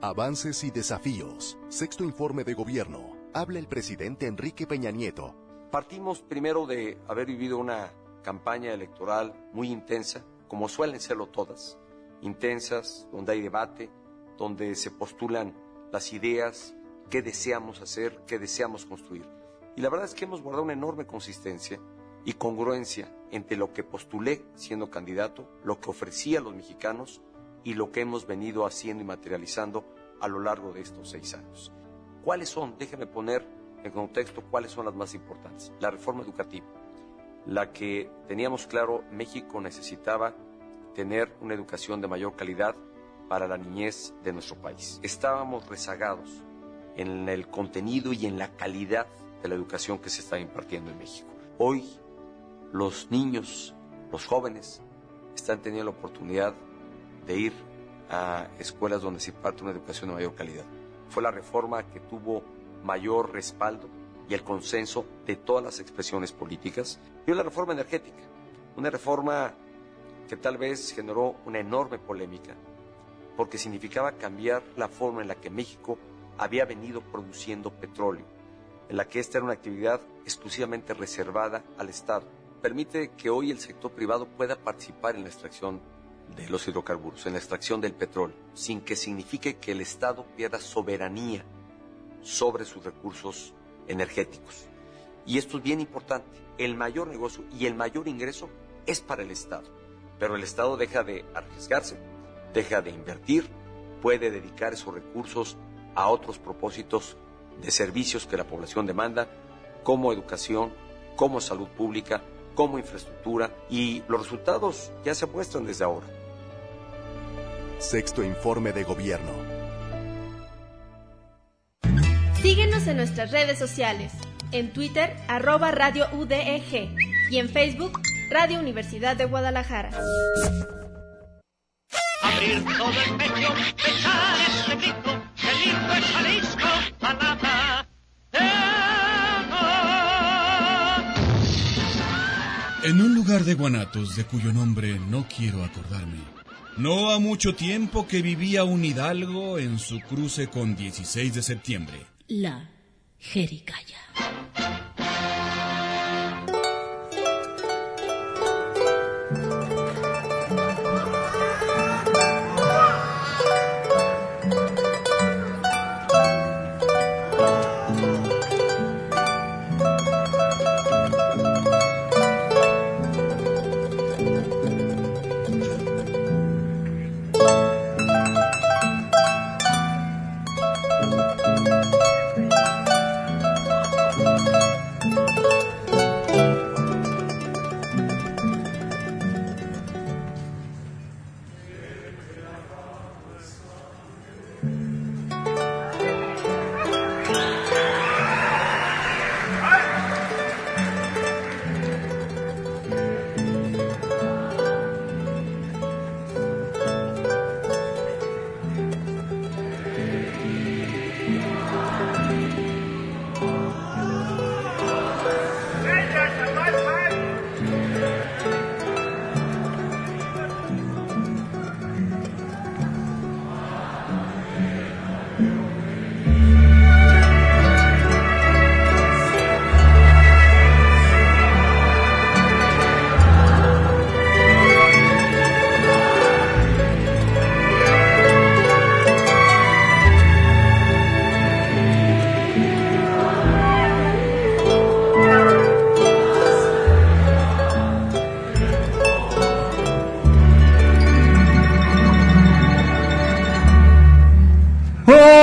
Avances y desafíos. Sexto informe de gobierno. Habla el presidente Enrique Peña Nieto. Partimos primero de haber vivido una campaña electoral muy intensa, como suelen serlo todas, intensas, donde hay debate, donde se postulan las ideas, qué deseamos hacer, qué deseamos construir. Y la verdad es que hemos guardado una enorme consistencia y congruencia entre lo que postulé siendo candidato, lo que ofrecí a los mexicanos y lo que hemos venido haciendo y materializando a lo largo de estos seis años. ¿Cuáles son? Déjenme poner en contexto cuáles son las más importantes. La reforma educativa, la que teníamos claro México necesitaba tener una educación de mayor calidad para la niñez de nuestro país. Estábamos rezagados en el contenido y en la calidad de la educación que se está impartiendo en México. Hoy los niños, los jóvenes, están teniendo la oportunidad de ir a escuelas donde se imparte una educación de mayor calidad. Fue la reforma que tuvo mayor respaldo y el consenso de todas las expresiones políticas. Y la reforma energética, una reforma que tal vez generó una enorme polémica, porque significaba cambiar la forma en la que México había venido produciendo petróleo, en la que esta era una actividad exclusivamente reservada al Estado. Permite que hoy el sector privado pueda participar en la extracción de los hidrocarburos, en la extracción del petróleo, sin que signifique que el Estado pierda soberanía sobre sus recursos energéticos. Y esto es bien importante. El mayor negocio y el mayor ingreso es para el Estado. Pero el Estado deja de arriesgarse, deja de invertir, puede dedicar esos recursos a otros propósitos de servicios que la población demanda, como educación, como salud pública, como infraestructura y los resultados ya se muestran desde ahora. Sexto informe de gobierno. Síguenos en nuestras redes sociales, en Twitter arroba radio UDEG y en Facebook Radio Universidad de Guadalajara. Abrir todo el pecho, besar este grito, qué lindo es Jalisco, palabra En un lugar de Guanatos, de cuyo nombre no quiero acordarme, no ha mucho tiempo que vivía un hidalgo en su cruce con 16 de septiembre. La Jericaya.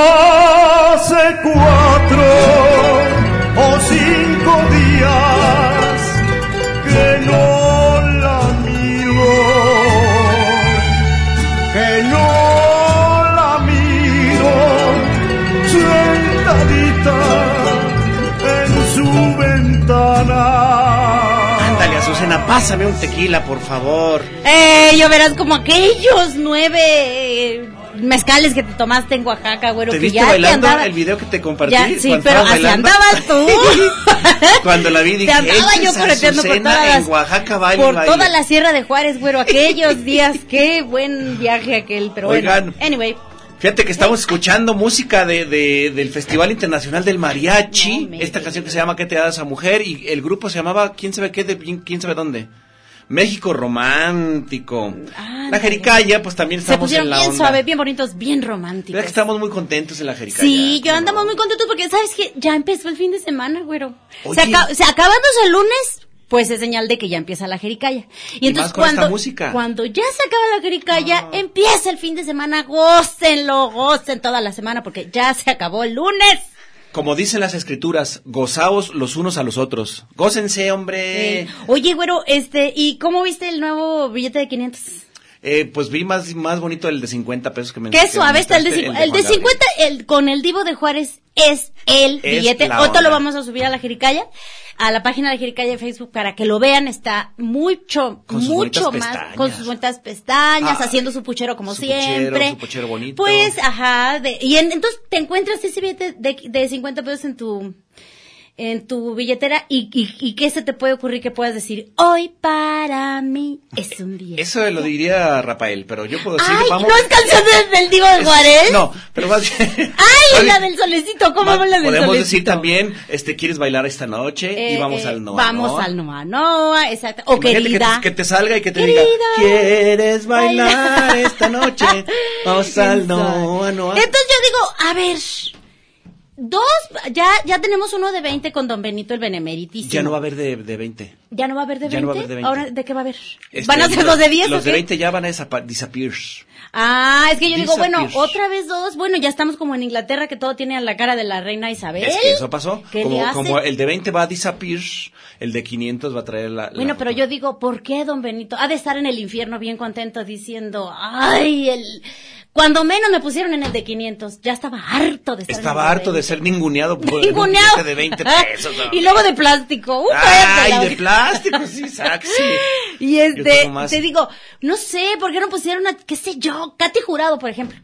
Hace cuatro o cinco días que no la miro, que no la miro sentadita en su ventana. Ándale, Azucena, pásame un tequila, por favor. Eh, yo verás como aquellos nueve eh, mezcales que te tomaste en Oaxaca, güero. ¿Te que viste ya te bailando andaba- el video que te compartí? Ya, sí, cuando pero estabas así bailando? andabas tú. Cuando la vi dije, Te andaba "Ella yo es correteando por Azucena, todas las- en Oaxaca baila y por baila". toda la Sierra de Juárez, güero, aquellos días. Qué buen viaje aquel, pero Oigan. bueno. Anyway, Fíjate que estamos escuchando música de, de- del Festival Internacional del Mariachi. No me esta canción que digas. se llama ¿Qué te da esa mujer? Y el grupo se llamaba ¿Quién sabe qué? De quién quién sabe dónde. México Romántico. Ah, la no. Jericaya, pues también Se estamos pusieron en la bien onda. suaves, bien bonitos, bien Verdad románticos. que estamos muy contentos en la Jericaya. Sí, yo andamos muy contentos porque, ¿sabes qué? Ya empezó el fin de semana, güero. Oye. Se, aca- se acabándose el lunes, pues es señal de que ya empieza la jericaya. Y, Y entonces más con cuando, esta música. Ah. cuando ya se acaba la jericaya, empieza el fin de semana, gócenlo, gocen toda la semana porque ya se acabó el lunes. Como dicen las escrituras, gozaos los unos a los otros. Gócense, hombre. Eh, Oye, güero, este, ¿y cómo viste el nuevo billete de 500? Eh, pues vi más, más bonito el de 50 pesos que me Qué que suave me está el de, mostraste, cincu- el de Juan Gabriel. 50, el, con el divo de Juárez es el Es billete. la Ahorita onda. lo vamos a subir a la Jericaya, a la página de Jericaya de Facebook para que lo vean. Está mucho, Con sus mucho bonitas más pestañas. con sus bonitas pestañas, Ay, haciendo su puchero como su puchero, siempre. su puchero bonito. Pues, ajá. de- y en- entonces te encuentras ese billete de, de 50 pesos en tu en tu billetera y, y, y qué se te puede ocurrir que puedas decir hoy para mí es un día. Eso lo diría Rafael, pero yo puedo decir, Ay, vamos. ¿no es canción del- del Divo de Juárez? No, pero más bien. ¡Ay, más la bien- del solecito! ¿Cómo más- va la del Podemos solecito? decir también, este, ¿quieres bailar esta noche? Eh, y vamos eh, al Noa. Vamos Noa. al Noa Noa, exacto. O Imagínate que te- querida. Que te, salga y que te Querida. diga, ¿quieres bailar esta noche? Vamos al Exacto. Noa, Noa. Entonces yo digo, a ver, dos, ya, ya tenemos uno de 20 con Don Benito el Benemeritísimo. Ya no va a haber de, de 20. ¿Ya no va a haber de 20? Ya no va a haber de 20. ¿Ahora de qué va a haber? Este, ¿Van a ser dos de 10 Los o de qué? 20 ya van a desapa- disappear. Ah, es que yo digo, bueno, Disappears. otra vez dos. Bueno, ya estamos como en Inglaterra que todo tiene a la cara de la reina Isabel. Es que eso pasó. ¿Qué le Como, hace? como el de 20 va a disappear, el de 500 va a traer la. la Bueno, pero foto. yo digo, ¿por qué, don Benito? Ha de estar en el infierno bien contento diciendo, ay, el... cuando menos me pusieron en el de 500, ya estaba harto de estar Estaba harto de ser ninguneado por un Ninguneado. billete de 20 pesos. ¿no? y luego de plástico. Uh, cállate Ay, la de boca. plástico, sí, saxi. Y Yo tengo este, más. te digo, no sé, ¿por qué no pusieron a, qué sé yo, Katy Jurado, por ejemplo?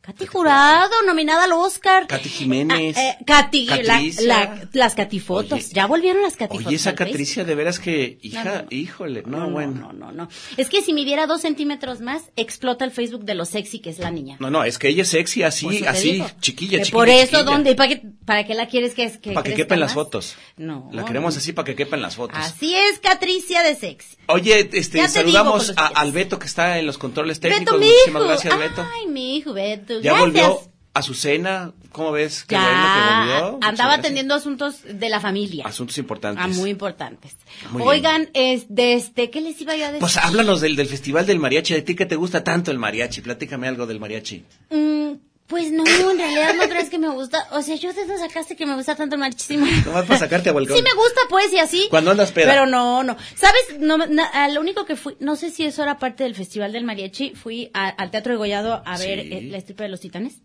Katy Jurado, nominada al Oscar. Katy Jiménez. Ah, eh, Katy, la- Catricia. la- las Catifotos. Oye. ya volvieron las Catifotos. Oye, esa al Face. Catricia, de veras que, No, hija, no, no. híjole, no, no, bueno. No, no, no. Es que si midiera dos centímetros más, explota el Facebook de lo sexy que es la niña. No, no, es que ella es sexy, Por así, eso te así, digo. chiquilla, Que chiquilla. Por eso, chiquilla. ¿dónde? ¿Y para qué, para qué la quieres que es que Para que crezca quepan las más? fotos. No. La queremos así para que quepan las fotos. Así es, Catricia de sexy. Oye, este, Ya te saludamos digo con a, los días. al Beto que está en los controles técnicos. Beto, mi Muchísimas gracias, Beto. Ay, mi hijo, Beto. ya Pues gracias. volvió Azucena, ¿cómo ves? Qué bueno que Ya, volvió. Muchas andaba gracias. atendiendo asuntos de la familia. asuntos importantes. Ah, muy importantes. Muy bien. Oigan, es, de este, ¿qué les iba yo a decir? Pues háblanos del, del festival del mariachi, de ti que te gusta tanto el mariachi, platícame algo del mariachi. Mm, pues no, en realidad no crees que me gusta. O sea, yo desde dónde sacaste que me gusta tanto el marchísimo. Nomás para sacarte a balcón. Sí me gusta, pues, y así. Cuando andas peda. Pero no, no. ¿Sabes? No, me- na- a lo único que fui, no sé si eso era parte del Festival del Mariachi, fui a- al Teatro de Gollado a ver Sí. eh, la estripa de los titanes.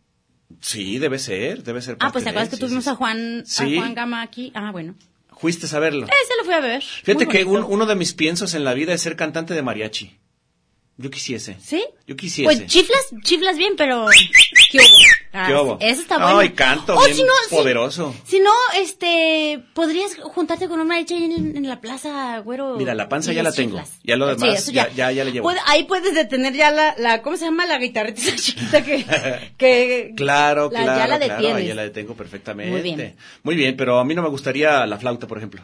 Sí, debe ser, debe ser. parte Ah, pues, ¿te de acuerdas que él, sí, tuvimos sí, a Juan, Sí. a Juan Gama aquí? Ah, bueno. sí. Fuiste a verlo. Ese lo fui a ver. Fíjate Muy que un- bonito. uno de mis piensos en la vida es ser cantante de mariachi. Yo quisiese. ¿Sí? Yo quisiese. Pues chiflas, chiflas bien, pero. ¿Qué hubo? Ah, ¿Qué hubo? sí, Eso está Ay, bueno. Oh, canto bien poderoso. Si, no, este. Podrías juntarte con un mariachi ahí en, en la plaza, güero. Mira, la panza y ya les la tengo. chiflas. Ya lo Sí, demás, eso ya- ya- ya le llevo. Puede- ahí puedes detener ya la, la. ¿Cómo se llama la guitarrita esa chiquita que. que Claro, la- claro, Ya la claro, detienes. ahí ya la detengo perfectamente. Muy bien. Muy bien, pero a mí no me gustaría la flauta, por ejemplo.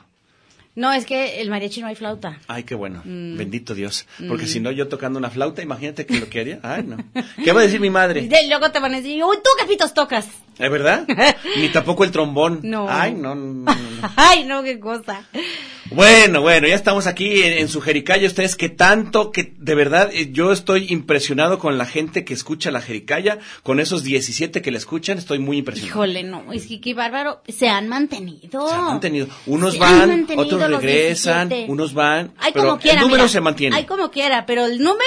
No, es que el mariachi no hay flauta. Ay, qué bueno. Mm. Bendito Dios. Porque si no, yo tocando una flauta, imagínate que lo que haría. Ay, no. ¿Qué va a decir mi Y madre? de- luego te van a decir, uy, tú qué pitos tocas. ¿Es verdad? Ni tampoco el trombón. No. Ay, no, no, no, no. Ay, no, qué cosa. Bueno, bueno, ya estamos aquí en, en su jericaya. Ustedes que tanto, que de verdad eh, yo estoy impresionado con la gente que escucha la jericaya. Con esos 17 que la escuchan, estoy muy impresionado. Híjole, no, es que qué bárbaro. Se han mantenido. Se han mantenido. Unos Se han van, mantenido otros los regresan, 17. unos van. Hay pero como quiera. El número mira, se mantiene. Hay como quiera, pero el número.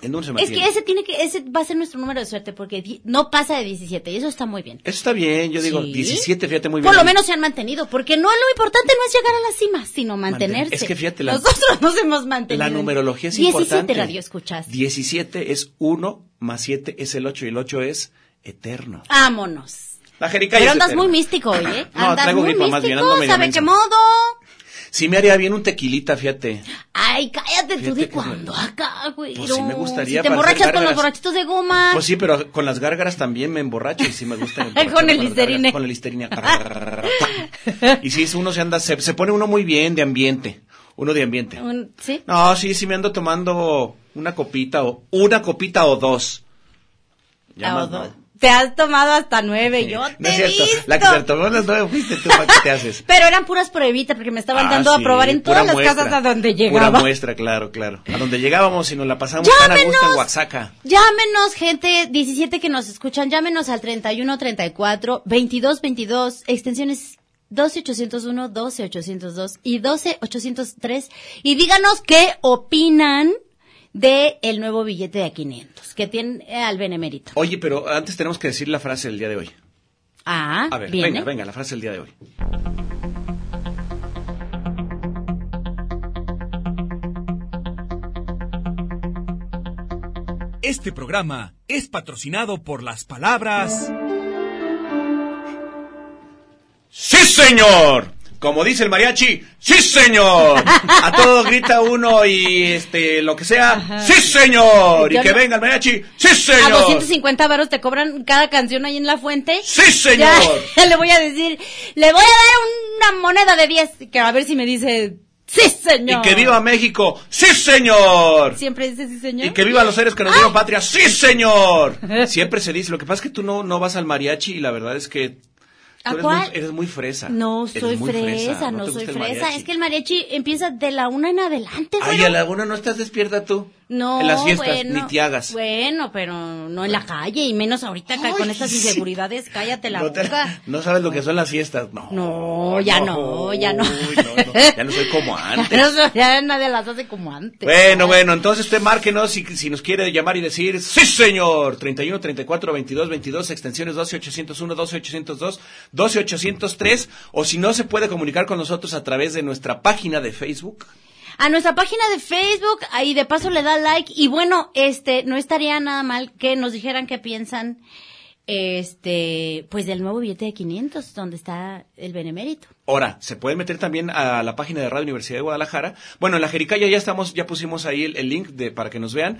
El número se Es mantiene. que ese tiene que, ese va a ser nuestro número de suerte porque di- no pasa de 17 y eso está muy bien. Eso está bien, yo digo Sí. 17, fíjate muy bien. Por lo menos se han mantenido, porque no lo importante no es llegar a la cima, sino mantenerse. Es que fíjate, la- nosotros nos hemos mantenido. La numerología es 17 importante. radio escuchas. 17 es 1 más 7 es el 8 y el 8 es eterno. Vámonos. La jericaya Ah, Pero es andas eterna. muy místico hoy, ¿eh? No, Andas traigo muy gripa, místico, más bien, ando medio ¿sabe menso. qué modo? Sí me haría bien un tequilita, fíjate. Ay, cállate tú Fíjate de que- cuando acá, güey. Pues sí me gustaría Si te para emborrachas hacer con los gárgaras. borrachitos de goma. Pues sí, pero con las gárgaras también me emborracho y sí me gusta. emborracharme Con el las Listerine. gárgaras, Con el listerine. y sí, uno se anda, se, se pone uno muy bien de ambiente. Uno de ambiente. Un- ¿Sí? No, sí, sí me ando tomando una copita o una copita o dos. Ya Ah, más o dos. no. Te has tomado hasta nueve, yo No te es he cierto. visto. La que se tomó a las nueve fuiste tú, ¿para qué te haces? Pero eran puras pruebitas porque me estaban Ah, dando sí, a probar en pura todas las muestra, casas a donde Pura llegaba. muestra, claro, claro. A donde llegábamos y nos la pasamos tan a gusto en Llámenos, Oaxaca. llámenos, gente, 17 que nos escuchan, llámenos al 31 34 22 22, extensiones 12801, 12802 y 12803 y díganos qué opinan de el nuevo billete de 500 que tiene eh, al benemérito. Oye, pero antes tenemos que decir la frase del día de hoy. Ah, A ver, viene. venga, venga, la frase del día de hoy. Este programa es patrocinado por las palabras. ¡Sí, señor! Como dice el mariachi, ¡sí, señor! A todo grita uno y este, lo que sea, ¡sí, señor! Y Yo que no- venga el mariachi, ¡sí, A señor! 250 varos te cobran cada canción ahí en la fuente. ¡Sí, señor! Ya, le voy a decir, le voy a dar una moneda de 10, que a ver si me dice, sí, Y señor. que viva México, ¡sí, señor! Siempre dice sí, señor. Y que viva los seres que nos ¡Ah! dieron patria, ¡sí, señor! Siempre se dice, lo que pasa es que tú no, no vas al mariachi y la verdad es que... tú ¿A eres, cuál? Muy, eres muy fresa. No Eres soy muy fresa, no, te soy gusta el fresa. mariachi. Es que el mariachi empieza de la una en adelante, Ay, güero. a la una no estás despierta tú. No, En las fiestas, bueno, ni te hagas. Bueno, pero no en la calle y menos ahorita ca- con estas inseguridades. Cállate la no, te- boca. no sabes lo que son las fiestas, no. No, ya no, ya no. Uy, no, no, Ya no soy como antes. Ya no- ya nadie las hace como antes. Bueno, bueno, entonces usted márquenos si, si nos quiere llamar y decir, sí señor, 31, 34, 22, 22, extensiones 12, 801, 12, 802, 12, 803, o si no se puede comunicar con nosotros a través de nuestra página de Facebook. a nuestra página de Facebook, ahí de paso le da like y bueno, este, no estaría nada mal que nos dijeran qué piensan, este, pues del nuevo billete de 500 donde está el benemérito. Ahora, se puede meter también a la página de Radio Universidad de Guadalajara. Bueno, en la Jericaya ya estamos, ya pusimos ahí el, el link de, para que nos vean.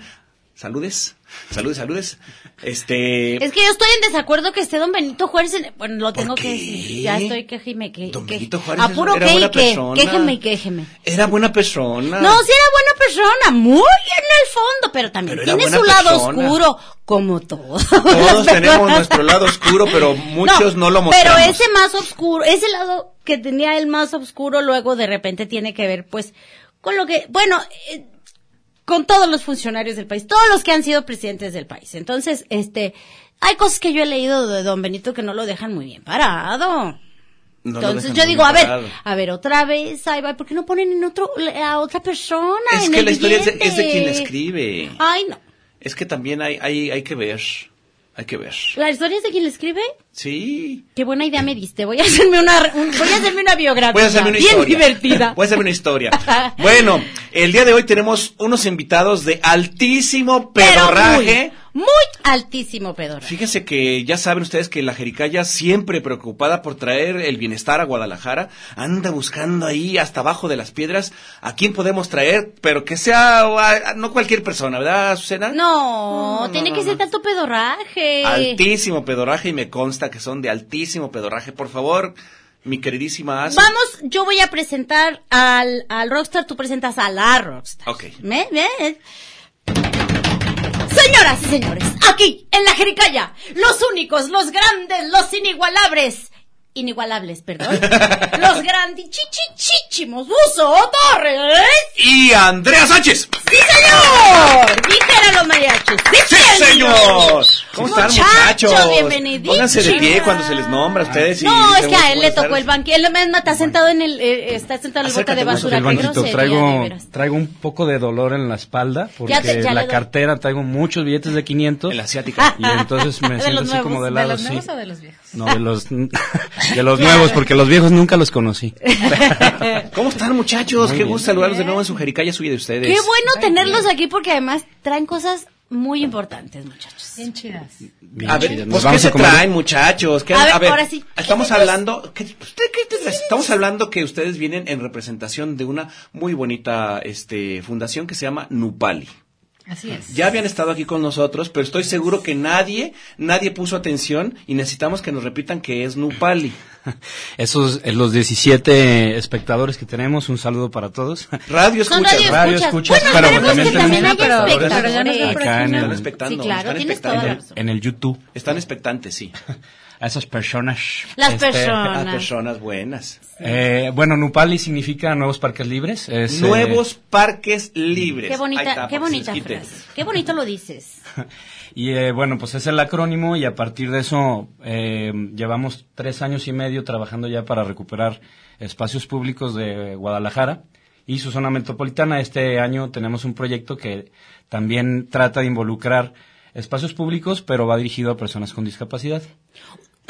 Saludes, saludes, saludes. Este. Es que yo estoy en desacuerdo que esté don Benito Juárez. en- bueno, lo ¿Por tengo que qué? decir. Ya estoy quejime, que, Don que- Benito Juárez a puro era que y buena que. persona. Ah. Quéjeme y quéjeme. Era buena persona. No, sí era buena persona, muy en el fondo, pero también Pero era tiene su buena lado persona. oscuro, como todos. Todos tenemos nuestro lado oscuro, pero muchos no, lo mostramos. Pero ese más oscuro, ese lado que tenía el más oscuro, luego de repente tiene que ver, pues, con lo que, bueno, eh, con todos los funcionarios del país, todos los que han sido presidentes del país. Entonces, este, hay cosas que yo he leído de don Benito que no lo dejan muy bien parado. No lo Entonces dejan yo muy digo, a ver, parado. a ver, otra vez, ahí va, ¿por qué no ponen en otro, a otra persona? Es en que el la historia es de- billete? Ah. es de quien la escribe. Ay, no. Es que también hay, hay, hay que ver. Hay que ver. ¿La historia es de quien la escribe? Sí. Qué buena idea me diste. Voy a hacerme una, un- voy a hacerme una biografía. Voy a hacerme una bien historia. divertida. Voy a hacerme una historia. Bueno, el día de hoy tenemos unos invitados de altísimo Pero pedorraje. Muy, muy altísimo pedorraje. Fíjense que ya saben ustedes que la Jericaya, siempre preocupada por traer el bienestar a Guadalajara, anda buscando ahí hasta abajo de las piedras a quién podemos traer, pero que sea ah, no cualquier persona, ¿verdad, Susana? No, eh. tiene que ser tanto pedorraje. Altísimo pedoraje y me consta que son de altísimo pedoraje. Por favor, mi queridísima Asa. Vamos, yo voy a presentar al, al Rockstar, tú presentas a la Rockstar. Ok. ¿Me? ¿Me? Señoras y señores, aquí, en la Jericaya, los únicos, los grandes, los inigualables. Inigualables, perdón. los grandichichichichimos, Buzo Torres. Y Andrea Sánchez. ¡Sí, señor! ¡Dijera los mariachis! ¡Sí, señor! ¿Cómo están, muchachos? bienvenidísimos. Pónganse de pie cuando se les nombra a ustedes. y No, es que seguro a él pueden le estar- tocó el banquillo. Él me está sentado en el, eh, está sentado en el bote Acércate, de Buzo, basura. del Qué banquito. grosería, de traigo, veras. traigo un poco de dolor en la espalda porque Ya te- ya le la doy. cartera traigo muchos billetes de 500 El asiática. y entonces me De siento los así nuevos, como de de lado. ¿De los sí. nuevos o de los viejos? No, de los, de los nuevos porque los viejos nunca los conocí. ¿Cómo están, muchachos? Muy Qué bien. gusto saludarlos de nuevo en su jericaya suya de ustedes. Qué bueno tenerlos aquí porque además traen cosas muy importantes, muchachos. Bien chidas. A ver, pues ¿qué se traen, muchachos? ¿Qué- A ver, ahora sí, ¿qué Estamos tenemos? hablando... ¿qué- usted- qué te- estamos hablando que ustedes vienen en representación de una muy bonita este, fundación que se llama Nupali. Así es. Ya habían estado aquí con nosotros, pero estoy seguro que nadie, nadie puso atención y necesitamos que nos repitan que es Nupali. Esos, eh, los 17 espectadores que tenemos, un saludo para todos. Radio Son escuchas. radio Radio escuchas. escuchas, Bueno, pero esperemos también que también tenemos haya espectadores espectadores. acá en Están el, expectando. Sí, claro, están tienes toda expectando. la en el- razón. en el YouTube. Están expectantes, sí. A esas personas. Las este, A personas. personas buenas. eh, bueno, Nupali significa nuevos parques libres. es, eh, Nuevos parques libres. Qué Ahí bonita, está, qué para que se bonita les quite. frase. Qué bonito lo dices. Y eh, bueno, pues es el acrónimo y a partir de eso eh, llevamos tres años y medio trabajando ya para recuperar espacios públicos de Guadalajara y su zona metropolitana. Este año tenemos un proyecto que también trata de involucrar espacios públicos, pero va dirigido a personas con discapacidad.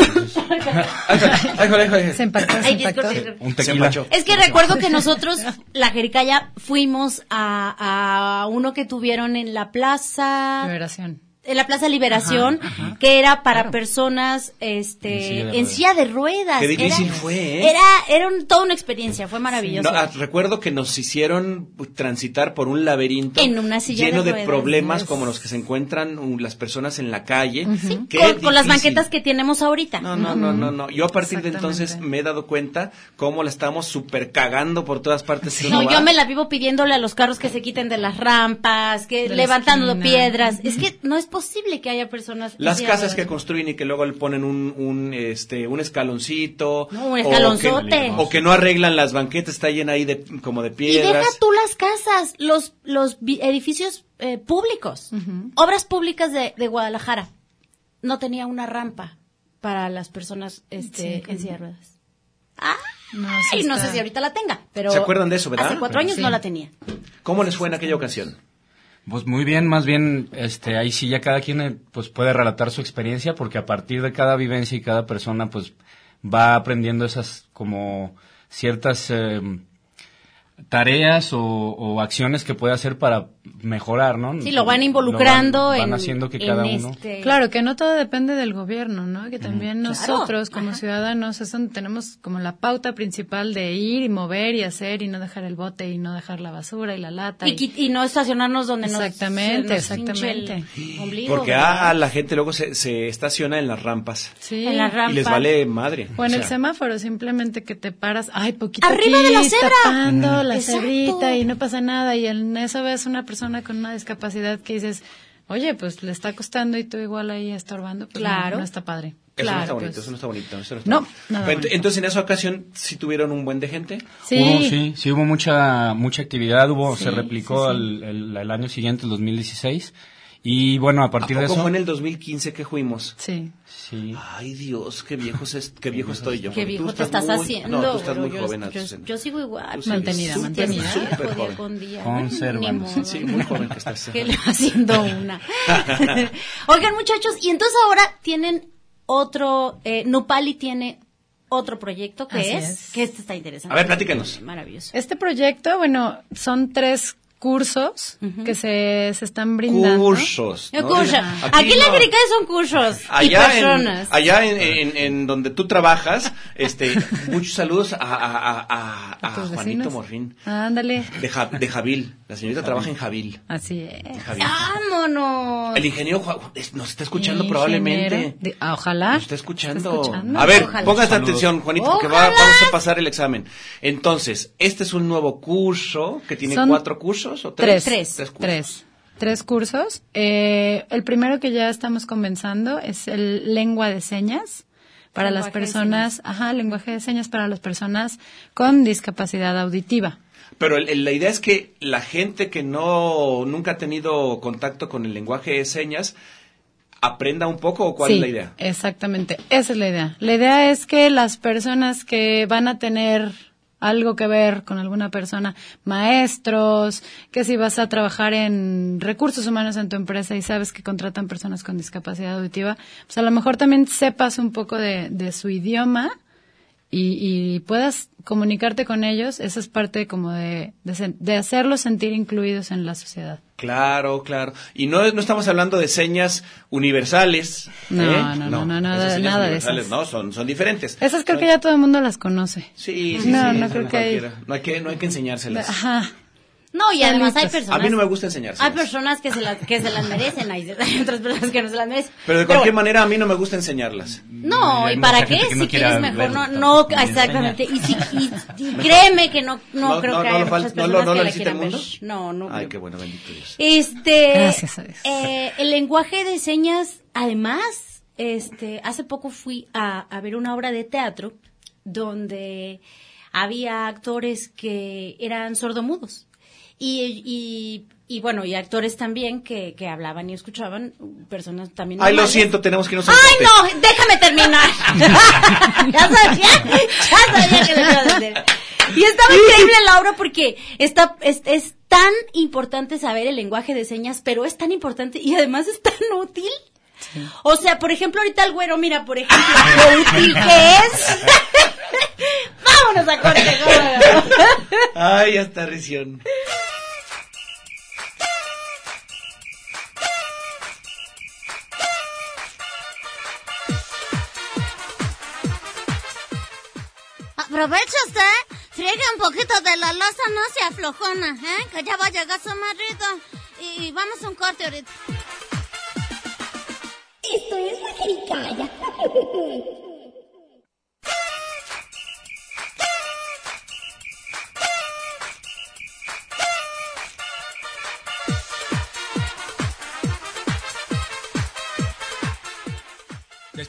Ay, joder, joder. Se impactó, se Ay, impactó. disculpe, disculpe. Un Se tequila. empachó. Es que recuerdo que nosotros, la Jericaya, fuimos a, a uno que tuvieron en la plaza. Liberación. en la Plaza Liberación, que era para personas En silla de este en ruedas. silla de ruedas. Qué difícil era, fue, ¿eh? Era, era un- toda una experiencia, fue maravilloso. No, ah, recuerdo que nos hicieron transitar por un laberinto En una silla lleno de de, ruedas, problemas ¿no? como los que se encuentran uh, las personas en la calle. Sí, Qué con, con las difícil. banquetas que tenemos ahorita. No, no, no, no, no. Yo a partir de Exactamente. entonces me he dado cuenta cómo la estamos super cagando por todas partes. sin No, lugar. yo me la vivo pidiéndole a los carros que se quiten de las rampas, que De la levantando esquina. piedras. Es que no es posible que haya personas. en Las silla de casas que ruedas. construyen y que luego le ponen un, un, este, un escaloncito. No, un o que- escalonzote. O que, no arreglan las banquetas, está llena ahí de, como de Y deja piedras. tú las casas, los, los vi- edificios eh, públicos, obras públicas de, de Guadalajara. No tenía una rampa para las personas este, en silla de ruedas. Ah, No, sí Ay, no está. Ah, sé si ahorita la tenga, pero... ¿Se acuerdan de eso, verdad? Hace cuatro años Sí. no la tenía. ¿Cómo les fue en aquella ocasión? Pues muy bien, más bien, este, ahí sí ya cada quien eh, pues puede relatar su experiencia, porque a partir de cada vivencia y cada persona, pues va aprendiendo esas como ciertas eh, tareas o, o acciones que puede hacer para mejorar, Mm. ¿no? Sí, lo van van- involucrando van en, haciendo que en cada uno. este- Claro, que no todo depende del gobierno, ¿no? Que también Mm, Claro. nosotros como Ajá. ciudadanos es donde tenemos como la pauta principal de ir y mover y hacer y no dejar el bote y no dejar la basura y la lata. Y, qui- y no estacionarnos donde nos- Exactamente, se nos hinche el exactamente. ombligo, Porque ¿verdad? ah, la gente luego se, se estaciona en las rampas. Sí. en la Y les rampa. vale madre. O en O el sea, semáforo, simplemente que te paras, ay, poquito Arriba aquí, de la cebra. tapando la Exacto. cebrita y no pasa nada. Y en eso ves una persona con una discapacidad que dices, oye, pues le está costando y tú igual ahí estorbando, pues Claro. no, no está padre. Eso no está Claro, bonito, pues. eso no está bonito. eso no, está No, bonito. nada Pero ent- bonito. Entonces, en esa ocasión, si tuvieron un buen de gente. Sí. Hubo, Oh, sí, sí hubo mucha, mucha actividad, hubo, Sí, se replicó sí, sí. al- El, al año siguiente, el 2016, y bueno, a ¿A partir poco de eso... fue en el 2015 que fuimos? Sí. Sí. Ay, Dios, qué viejo, es, qué viejo estoy yo. Qué Tú viejo te estás muy- haciendo. No, tú estás bro. muy yo, joven. yo- Azucena. yo sigo igual. Tú sigues Mantenida, súper, mantenida. súper Hijo, día joven. con día. Conservándose. Ni modo. Sí, muy joven que estás. que le va haciendo una. Oigan, muchachos, y entonces ahora tienen otro, eh, Nupali tiene otro proyecto que Así es, es. que este está interesante. A ver, platícanos. Maravilloso. Este proyecto, bueno, son tres cursos que se, se están brindando. Cursos. ¿no? Curso. Aquí Aquí, en la no. Jericaya son cursos y Allá, en, personas. allá en, en- en donde tú trabajas, este, muchos saludos a, a- a- a- a ¿A tus Ah, Juanito vecinos? Morfín Ándale. de, Ja- de Javil. La señorita trabaja en Javil. Así es. Javil. Ah, ¡Vámonos! El ingeniero Ju- es- nos está escuchando Ingeniero probablemente. de- ah, ojalá. Nos está escuchando. Está escuchando. A ver, Ojalá. póngase Saludos. atención, Juanito, porque va- Ojalá. vamos a pasar el examen. Entonces, este es un nuevo curso que tiene Son cuatro cursos o tres. Tres. Tres cursos. Tres. Tres cursos. Eh, el primero que ya estamos comenzando es el lengua de señas para las Lenguaje de personas, ajá, lenguaje de señas para las personas con discapacidad auditiva. Pero el- el- la idea es que la gente que no nunca ha tenido contacto con el lenguaje de señas aprenda un poco o cuál Sí, es la idea. Exactamente, esa es la idea. La idea es que las personas que van a tener algo que ver con alguna persona, maestros, que si vas a trabajar en recursos humanos en tu empresa y sabes que contratan personas con discapacidad auditiva, pues a lo mejor también sepas un poco de, de su idioma y, y puedas comunicarte con ellos, esa es parte como de, de, sen- de hacerlos sentir incluidos en la sociedad. Claro, claro. Y no, no estamos hablando de señas universales. No, ¿eh? no, no, no, nada- esas señas nada de universales esas. No, son, son diferentes. Esas creo que ya todo el mundo las conoce. Sí, sí, No, sí, no esas creo que hay- cualquiera. No hay que, no hay que enseñárselas. Ajá. No, y además hay A personas. mí no me gusta enseñárselas. Hay personas que se las, que se las merecen, hay, hay otras personas que no se las merecen. Pero de cualquier manera a mí no me gusta enseñarlas. No, Hay ¿y mucha para qué? gente que no si quiere quieres mejor, ver no, no, tampoco, ni exactamente. Y, si, y, y créeme que no, no, No, creo no, que no haya lo fal- muchas no personas lo- no lo que la necesita el quieran ver. mundo. No, no. Ay, creo. qué bueno, bendito Dios. Este, Gracias a Dios. eh, el lenguaje de señas, además, este, hace poco fui a, a ver una obra de teatro donde había actores que eran sordomudos y, y, y, bueno, y actores también que, que hablaban y escuchaban, personas también. Ay, lo normales. siento, tenemos que irnos a un ¡Ay, corte. no! ¡Déjame terminar! ya sabía, ya sabía que lo iba a decir. Y estaba increíble la obra porque está, es, es tan importante saber el lenguaje de señas, pero es tan importante y además es tan útil. O sea, por ejemplo, ahorita el güero, mira, por ejemplo, lo útil que es. Vámonos a corte, cómo no. Ay, hasta risión. Aprovecha usted, friegue ¿eh? un poquito de la loza, no se aflojona, ¿eh? Que ya va a llegar su marido. Y, y vamos a un corte ahorita. Esto es la jericaya.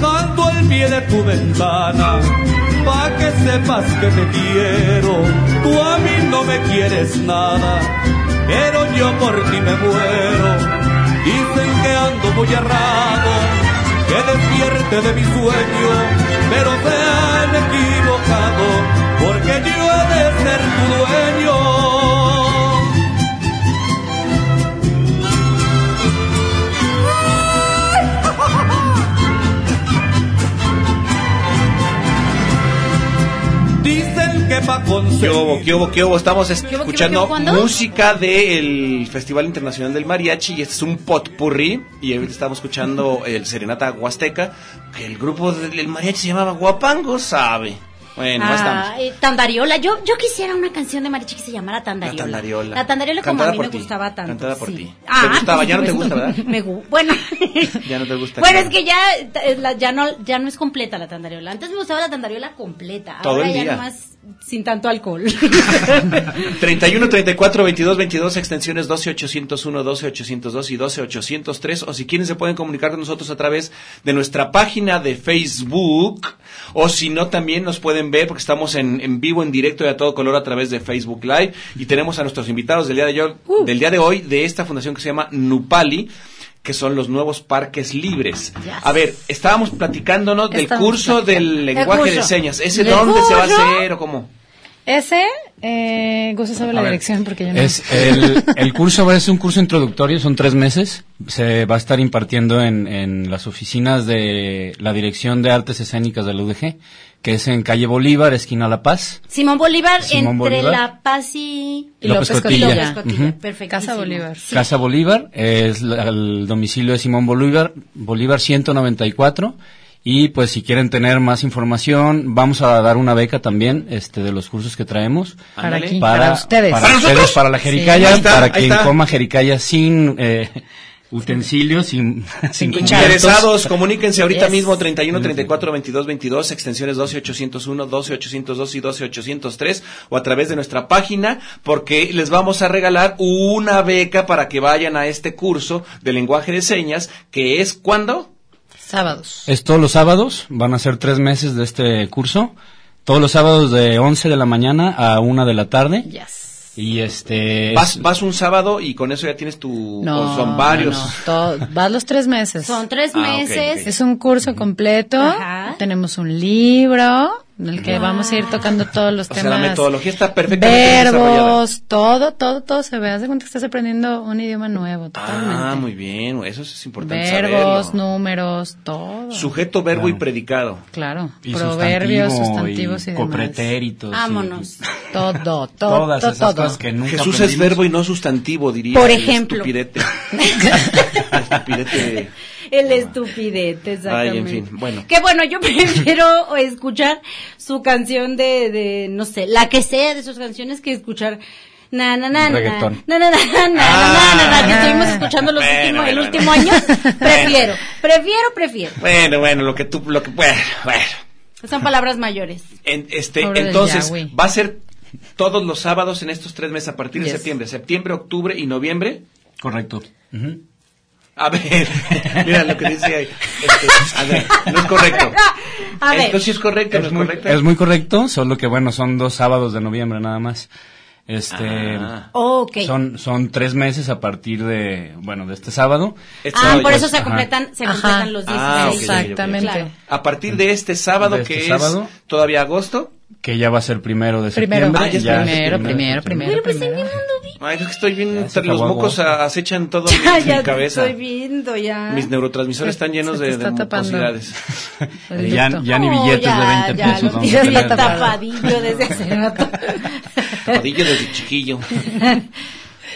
canto al pie de tu ventana, pa' que sepas que te quiero. Tú a mí no me quieres nada, pero yo por ti me muero. Dicen que ando muy errado, que despierte de mi sueño, pero se han equivocado, porque yo he de ser tu dueño. Dicen que pa' ¿Qué conseguir hubo, qué hubo, qué hubo? Estamos es- ¿Qué hubo, qué hubo, escuchando qué hubo, cuándo? música del Festival Internacional del Mariachi y este es un potpurrí y ahorita estamos escuchando el Serenata Huasteca que el grupo del mariachi se llamaba Guapango, sabe. Bueno, ya estamos. Ah, eh, Tandariola. Yo, yo quisiera una canción de Mariachi que se llamara Tandariola. La Tandariola. La Tandariola como Cantada a mí por me ti. gustaba tanto. Cantada por sí. ti. Ah, te gustaba, por ya no te gusta, supuesto. ¿verdad? Me gu- bueno, Ya no te gusta. bueno, claro. es que ya, eh, la- ya, no, ya no es completa la Tandariola. Antes me gustaba la Tandariola completa. Todo Ahora el ya día. nomás sin tanto alcohol. 31, 34, 22, 22, extensiones 12, 801, 12, 802 y 12, 803. O si quieren, se pueden comunicar con nosotros a través de nuestra página de Facebook, O si no, también nos pueden ver porque estamos en, en vivo, en directo y a todo color a través de Facebook Live. Y tenemos a nuestros invitados del día de hoy, Uh. del día de, hoy de esta fundación que se llama Nupali que son los nuevos parques libres. A ver, estábamos platicándonos del Estamos curso del El lenguaje de curso. señas. ¿Ese El dónde se va a curso. hacer o cómo? Ese, eh, Gusto sabe A la ver, dirección porque yo no. Es el, el curso va- es un curso introductorio, son tres meses. Se va a estar impartiendo en, en las oficinas de la Dirección de Artes Escénicas de la UDG, que es en calle Bolívar, esquina La Paz. Simón Bolívar Simón entre Bolívar. La Paz y Y López López Cotilla. Cotilla. Ujú. Perfectísimo. Casa Bolívar. Sí. Casa Bolívar, eh, es la- el domicilio de Simón Bolívar, Bolívar 194. Y pues si quieren tener más información, vamos a dar una beca también este de los cursos que traemos. Para aquí, para, para ustedes. Para, ¿Para ustedes, nosotros? para la Sí. jericaya, Ahí está, para ahí quien está. coma jericaya sin eh, utensilios, sin, sin Interesados, comuníquense ahorita Yes. mismo 31 34 22 22, extensiones 12 801, 12 802 y 12 803 o a través de nuestra página porque les vamos a regalar una beca para que vayan a este curso de lenguaje de señas que es cuando Sábados. Eh, Es todos los sábados, van a ser tres meses de este curso. Todos los sábados de 11 de la mañana a 1 de la tarde. Y este... vas vas un sábado y con eso ya tienes tu No, o Pues son varios. no, no, todo- vas los tres meses. Son tres Ah, ok, meses. ok. Es un curso completo. Tenemos un libro en el que vamos a ir tocando todos los O sea, temas. la metodología está perfectamente desarrollada. Verbos, todo, todo, todo se ve. Haz de cuenta que estás aprendiendo un idioma nuevo. Totalmente. Ah, muy bien, eso es importante Verbos, saberlo. números, todo. Sujeto, verbo y predicado. Claro, Y proverbios, sustantivo y sustantivos y, demás. copretéritos y- Vámonos. Todo, todo, Todas todo. esas cosas que nunca Jesús es aprendimos. verbo y no sustantivo, diría. Por el ejemplo. Estupidete. Estupidete. El estupidete, Ay, exactamente. en fin, bueno. Que bueno, yo prefiero escuchar su canción de, de, no sé, la que sea de sus canciones que escuchar na na na na Reggaetón. na na na na na, na, na, na, que estuvimos escuchando los Ah. Bueno, últimos, el bueno, último bueno. año. Prefiero, prefiero, prefiero. Bueno, bueno, lo que tú, lo que, bueno, bueno. Son palabras mayores. En- este, Pobre del entonces, Yahweh. va a ser todos los sábados en estos tres meses a partir de Yes. septiembre. Septiembre, octubre y noviembre. Correcto. Ujú. A ver, mira lo que dice ahí. Este, a ver, no es correcto. A ver. Entonces, ¿sí es correcto, no es muy, correcto. es muy correcto, solo que bueno, son dos sábados de noviembre nada más. Este, Ah. Ok. son, son tres meses a partir de, bueno, de este sábado. Este Ah, sábado por ya eso está. se Ajá. completan, se Ajá. completan los 16. Ah, ok, ok, ok. Exactamente. Claro. A partir de este sábado, De este que sábado. es todavía agosto. Que ya va a ser primero de Primero, septiembre. ah, ya ya- primero, primero, primero, primero. Ay, es que estoy bien, se los acabó mocos a- acechan todo mi, Ya, mi ya te cabeza. estoy viendo ya. Mis neurotransmisores están llenos Se te de, está de tapando mucosidades. Eh, Pues ya- ducto. ya ni Oh, billetes de 20 ya, pesos Lo vamos a tienes bien tener. tapadillo desde hace rato. Rodillo desde chiquillo.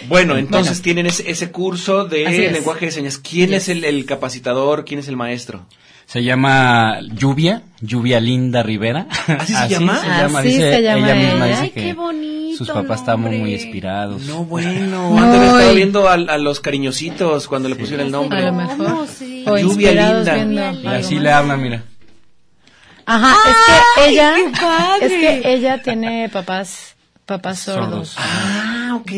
Bueno, entonces Bueno. tienen ese, ese curso Así de es. lenguaje de señas. ¿Quién es el, el capacitador? ¿Quién es el maestro? Se llama Lluvia, Lluvia Linda Rivera. ¿Así se llama? Así dice, se llama ella ella. misma dice Ay, que qué sus papás estamos muy inspirados. No, bueno. Han de haber estado viendo a, a los cariñositos cuando le pusieron el nombre. A lo mejor. O Lluvia inspirados linda. viendo Y así le habla, mira. Ajá, es que ella es que ella tiene papás papás sordos. Sordos. Oh, Ah, ok.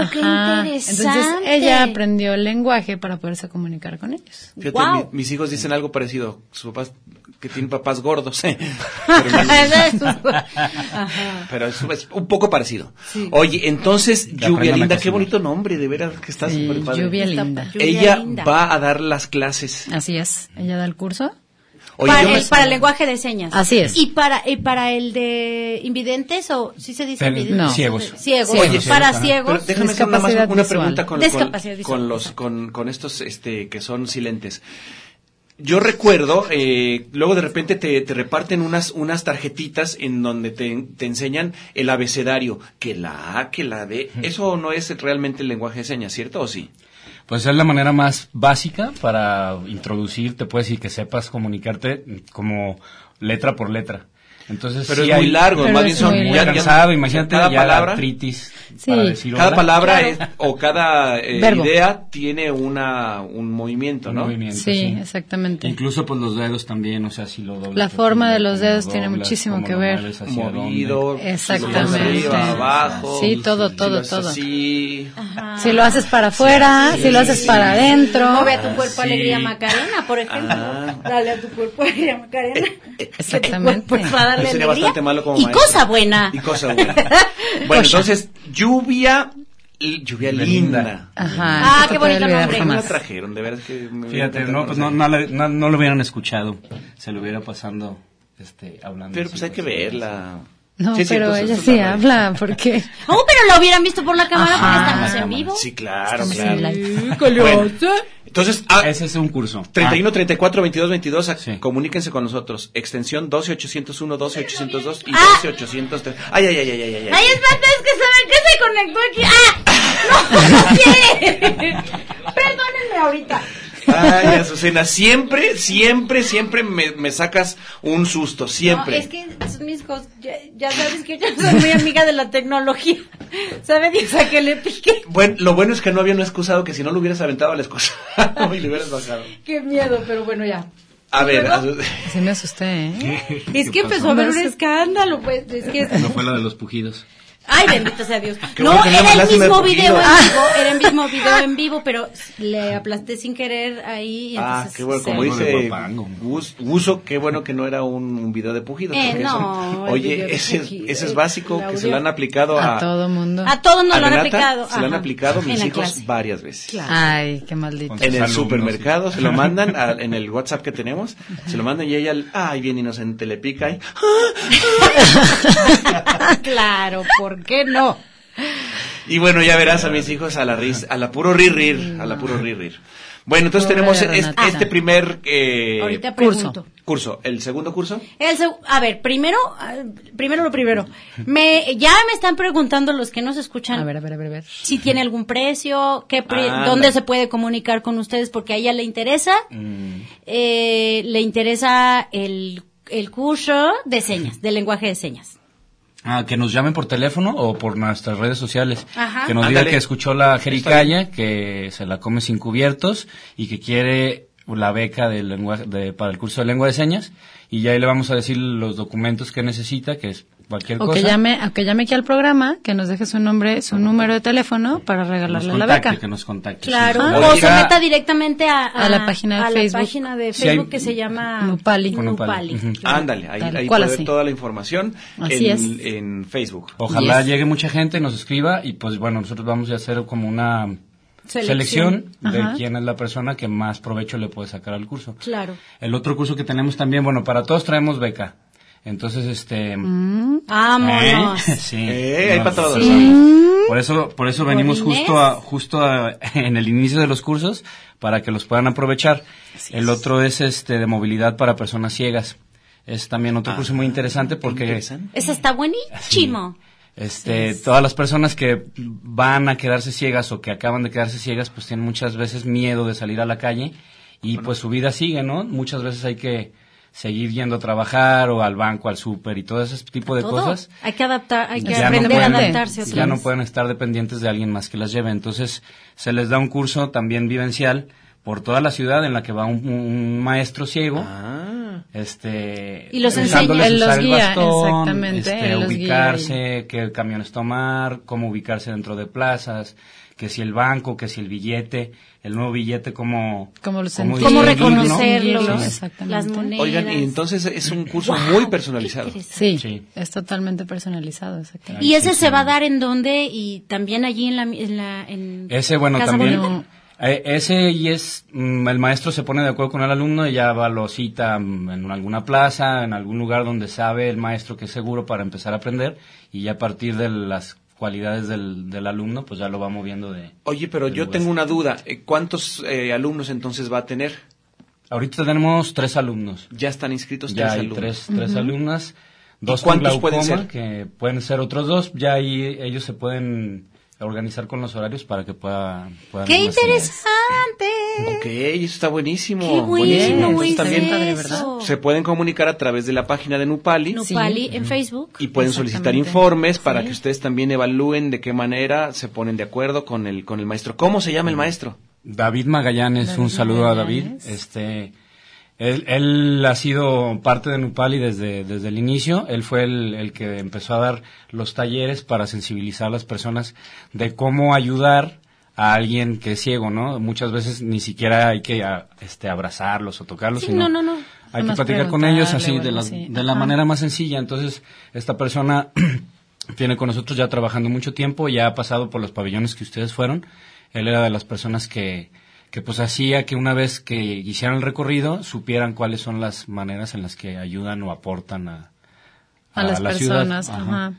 ¡Wow! ¡Qué Ajá. Entonces interesante! ella aprendió el lenguaje para poderse comunicar con ellos. Fíjate, Guau. mi- mis hijos dicen algo parecido. Sus papás, que tienen papás gordos. ¿eh? Pero, Ajá. pero es, es un poco parecido. Sí. Oye, entonces, Lluvia aprendan a Linda, qué cocinar. bonito nombre, de veras que está súper padre. Lluvia linda. Ella va a dar las clases. Así es. Ella da el curso. Oye, para, yo me- el, para el lenguaje de señas. Así es. Y para, y para el de invidentes o sí se dice Pero- invidentes? no. Ciegos. Ciegos. Oye, Ciegos, para ajá. ciegos. Pero déjame hacer nada más Discapacidad una visual. pregunta con, con, Discapacidad visual. con los con, con estos este que son silentes. Yo recuerdo, eh, luego de repente te, te reparten unas, unas tarjetitas en donde te, te enseñan el abecedario, que la A, que la B, eso no es realmente el lenguaje de señas, ¿cierto o sí? Pues es la manera más básica para introducirte, pues, y que sepas comunicarte como letra por letra. Entonces, Pero sí es muy hay- largo, Pero más bien es son muy ya- ya- cansado, imagínate cada ya la palabra- artritis Sí. para decir Cada hola. palabra es- o cada eh, Verbo. idea tiene una un movimiento, Un ¿no? movimiento, Sí, exactamente. Incluso pues los dedos también, o sea, si lo doblas. La aquí, forma de cómo los dedos lo tiene doblas, muchísimo cómo que lo ver. mueves, hacia Movido, dónde. Exactamente. si lo haces arriba, abajo, Sí, todo, si todo, lo haces todo. así. Ah. Si lo haces para afuera, Sí, si lo haces sí, para sí. adentro. No ve a tu cuerpo Sí. alegría Macarena, por ejemplo. Ah. Eh, Dale a tu cuerpo alegría Macarena. Exactamente. Pues va a darle Yo sería alegría. bastante malo como y maestro. cosa buena. Y cosa buena. Bueno, entonces, lluvia, lluvia linda. Ajá. Ah, esto qué te voy a bonito olvidar nombre. jamás. No la trajeron, de verdad que... me Fíjate, encanta no, pues no, conocer. no, la- no, no lo hubieran escuchado. Se lo hubiera pasando, este, hablando. Pero pues hay que verla. No, Sí, sí, pero pues, ella eso es sí la habla, porque Oh, pero lo hubieran visto por la cámara Ajá. porque estamos en Cámara. vivo. Sí, claro, Estamos claro. en live. Bueno, entonces, ah, ese es un curso. 31 34 22 22, ac- ah, comuníquense con nosotros. Extensión 12801, 12802 Ah. y 12803. Ay, ay, ay, ay, ay, ay. Ay, ay. espérate, es que se ve que se conectó aquí. ¡Ah! ¡No! Perdónenme ahorita. Ay, Azucena, siempre, siempre, siempre me, me sacas un susto, siempre. No, es que son mis cosas. Ya, ya sabes que yo soy muy amiga de la tecnología. ¿Sabe Dios a qué le pique? Bueno, lo bueno es que no había un excusado, que si no lo hubieras aventado al excusado y lo hubieras bajado. Qué miedo, pero bueno, ya. A ver, sí me asusté, ¿eh? Es pues, que empezó a haber un escándalo, pues. Es que. No fue la de los pujidos. Ay, bendito sea Dios. Qué bueno No, que no era el hablaste de mismo poquito. video en Ah. vivo, era el mismo video en vivo, pero le aplasté sin querer ahí. y Ah, entonces qué bueno, se- como Algo de dice guapango. Gus- Guso, qué bueno que no era un, un video de pujidos. Eh, porque no, eso- el video oye, de ese es, pujidos, ese es básico, el que se audio. lo han aplicado a... A todo mundo. A todos nos a lo han Renata aplicado. Se lo han Ajá. aplicado En mis la hijos clase. varias veces. Ay, qué maldito. En el supermercado se lo mandan a- en el WhatsApp que tenemos, se lo mandan y ella, ay, bien inocente, le pica y Claro, ¿por qué no? Y bueno, ya verás a mis hijos a la ris, a la puro rir, a la puro rir. Bueno, entonces Pobre tenemos Renata. es- este, primer eh, Ahorita pregunto. curso. Curso, el segundo curso. El seg- a ver, primero, ah, primero lo primero. Me, ya me están preguntando los que nos escuchan. A ver, a ver, a ver, a ver. Si tiene algún precio, qué pre- Ah, dónde la- se puede comunicar con ustedes, porque a ella le interesa, Mm. eh, le interesa el, el curso de señas, de lenguaje de señas. Ah, que nos llamen por teléfono o por nuestras redes sociales. Ajá. Que nos diga Ándale. que escuchó la jericaya, que se la come sin cubiertos y que quiere la beca de lenguaje, de- para el curso de lengua de señas. Y ya ahí le vamos a decir los documentos que necesita, que es cualquier O cosa. que, llame, o que llame aquí al programa, que nos deje su nombre, su número de teléfono para nos regalarle la contacte, beca. que nos contacte. Claro, Sí, sí. o se Oiga, meta directamente a, A la página de a la Facebook. página de Sí, Facebook hay- que se llama Nupali. Con Nupali. Ujú. Ándale, ahí, Tal ahí cual puede ver así. toda la información Así en, en Facebook. Ojalá llegue mucha gente, nos escriba y pues bueno, nosotros vamos a hacer como una selección, Selección. de Ajá. quién es la persona que más provecho le puede sacar al curso. Claro. El otro curso que tenemos también, bueno, para todos traemos beca. Entonces, este... Vámonos. ¿Eh? Sí. Eh, hay No, para todos. sí. Sí. Por eso, por eso venimos Godines. justo a, justo a- en el inicio de los cursos para que los puedan aprovechar. el otro es este de movilidad para personas ciegas. Es también Ah, otro curso muy interesante porque Ese está buenísimo. este, todas las personas que van a quedarse ciegas o que acaban de quedarse ciegas, pues tienen muchas veces miedo de salir a la calle y pues su vida sigue, ¿no? Muchas veces hay que seguir yendo a trabajar o al banco, al súper y todo ese tipo de Todo. cosas. Hay que adaptar, hay que Ya no aprender pueden- a adaptarse a Ya todos. no pueden estar dependientes de alguien más que las lleve. Entonces, se les da un curso también vivencial por toda la ciudad en la que va un, un maestro ciego. Ah. Ah. Este, Y los enseña. enseñándoles Él usar los el guía, bastón, exactamente, este, él los guía ubicarse, qué camiones tomar, cómo ubicarse dentro de plazas, que si el banco, que si el billete, el nuevo billete, cómo, Cómo lo sentir, distinguirlo, ¿no? reconocerlo, Sí. exactamente. las monedas. Oigan, y entonces es un curso muy personalizado. Sí, es totalmente personalizado, exactamente. ¿Y ese se va a dar en dónde? Y también allí en la... En la en Ese, bueno, Casa también. Bonita. eh, ese y es, mm, el maestro se pone de acuerdo con el alumno y ya va, lo cita mm, en alguna plaza, en algún lugar donde sabe el maestro que es seguro para empezar a aprender y ya a partir de las cualidades del, del alumno, pues ya lo va moviendo de... Oye, pero yo tengo una duda. eh, ¿Cuántos eh, alumnos entonces va a tener? Ahorita tenemos tres alumnos. Ya están inscritos Ya tres hay alumnos. tres, tres Ujú. alumnas. ¿Y Dos con cuántos pueden glaucoma, ser? Que pueden ser otros dos. Ya ahí ellos se pueden organizar con los horarios para que pueda, puedan... ¡Qué ir más seguido. interesante! Ok, eso está buenísimo. Qué Buenísimo. buenísimo, güey, Entonces, sí, también eso. se pueden comunicar a través de la página de Nupali. Nopali en Facebook. Y pueden solicitar Exactamente. informes para Sí. que ustedes también evalúen de qué manera se ponen de acuerdo con el, con el maestro. ¿Cómo se llama el maestro? David Magallanes, un saludo a David. Este, él, él ha sido parte de Nupali desde, desde el inicio. Él fue el, el que empezó a dar los talleres para sensibilizar a las personas de cómo ayudar a alguien que es ciego, ¿no? Muchas veces ni siquiera hay que a- este, abrazarlos o tocarlos. Sí, sino no, no, no. Hay Nomás que platicar con ellos así, preguntarle, de la, bueno, sí. de la Ajá. manera más sencilla. Entonces, esta persona tiene con nosotros ya trabajando mucho tiempo, ya ha pasado por los pabellones que ustedes fueron. Él era de las personas que, que pues hacía que una vez que hicieran el recorrido, supieran cuáles son las maneras en las que ayudan o aportan a, A las la ciudad. personas, ajá.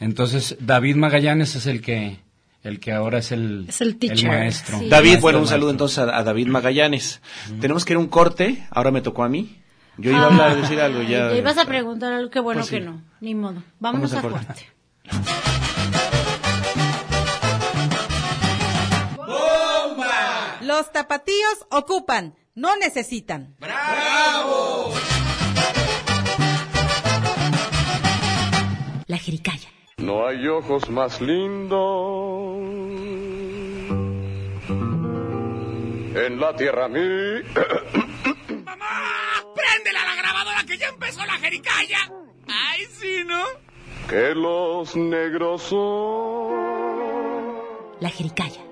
Entonces, David Magallanes es el que, el que ahora es el, Es el teacher. maestro. Sí. Maestro, David, bueno, un maestro. saludo entonces a, a David Magallanes. Tenemos que ir a un corte, ahora me tocó a mí. Yo iba a Ah. hablar, decir algo ya. Ay, ibas a preguntar algo, qué bueno Pues que sí. no. Ni modo. Vamos Vámonos a a cortar. corte. Los tapatíos ocupan, no necesitan. La jericaya. No hay ojos más lindos en la tierra mí. ¡Préndela la grabadora que ya empezó la jericaya! ¡Ay, sí, no! que los negros son. La jericaya.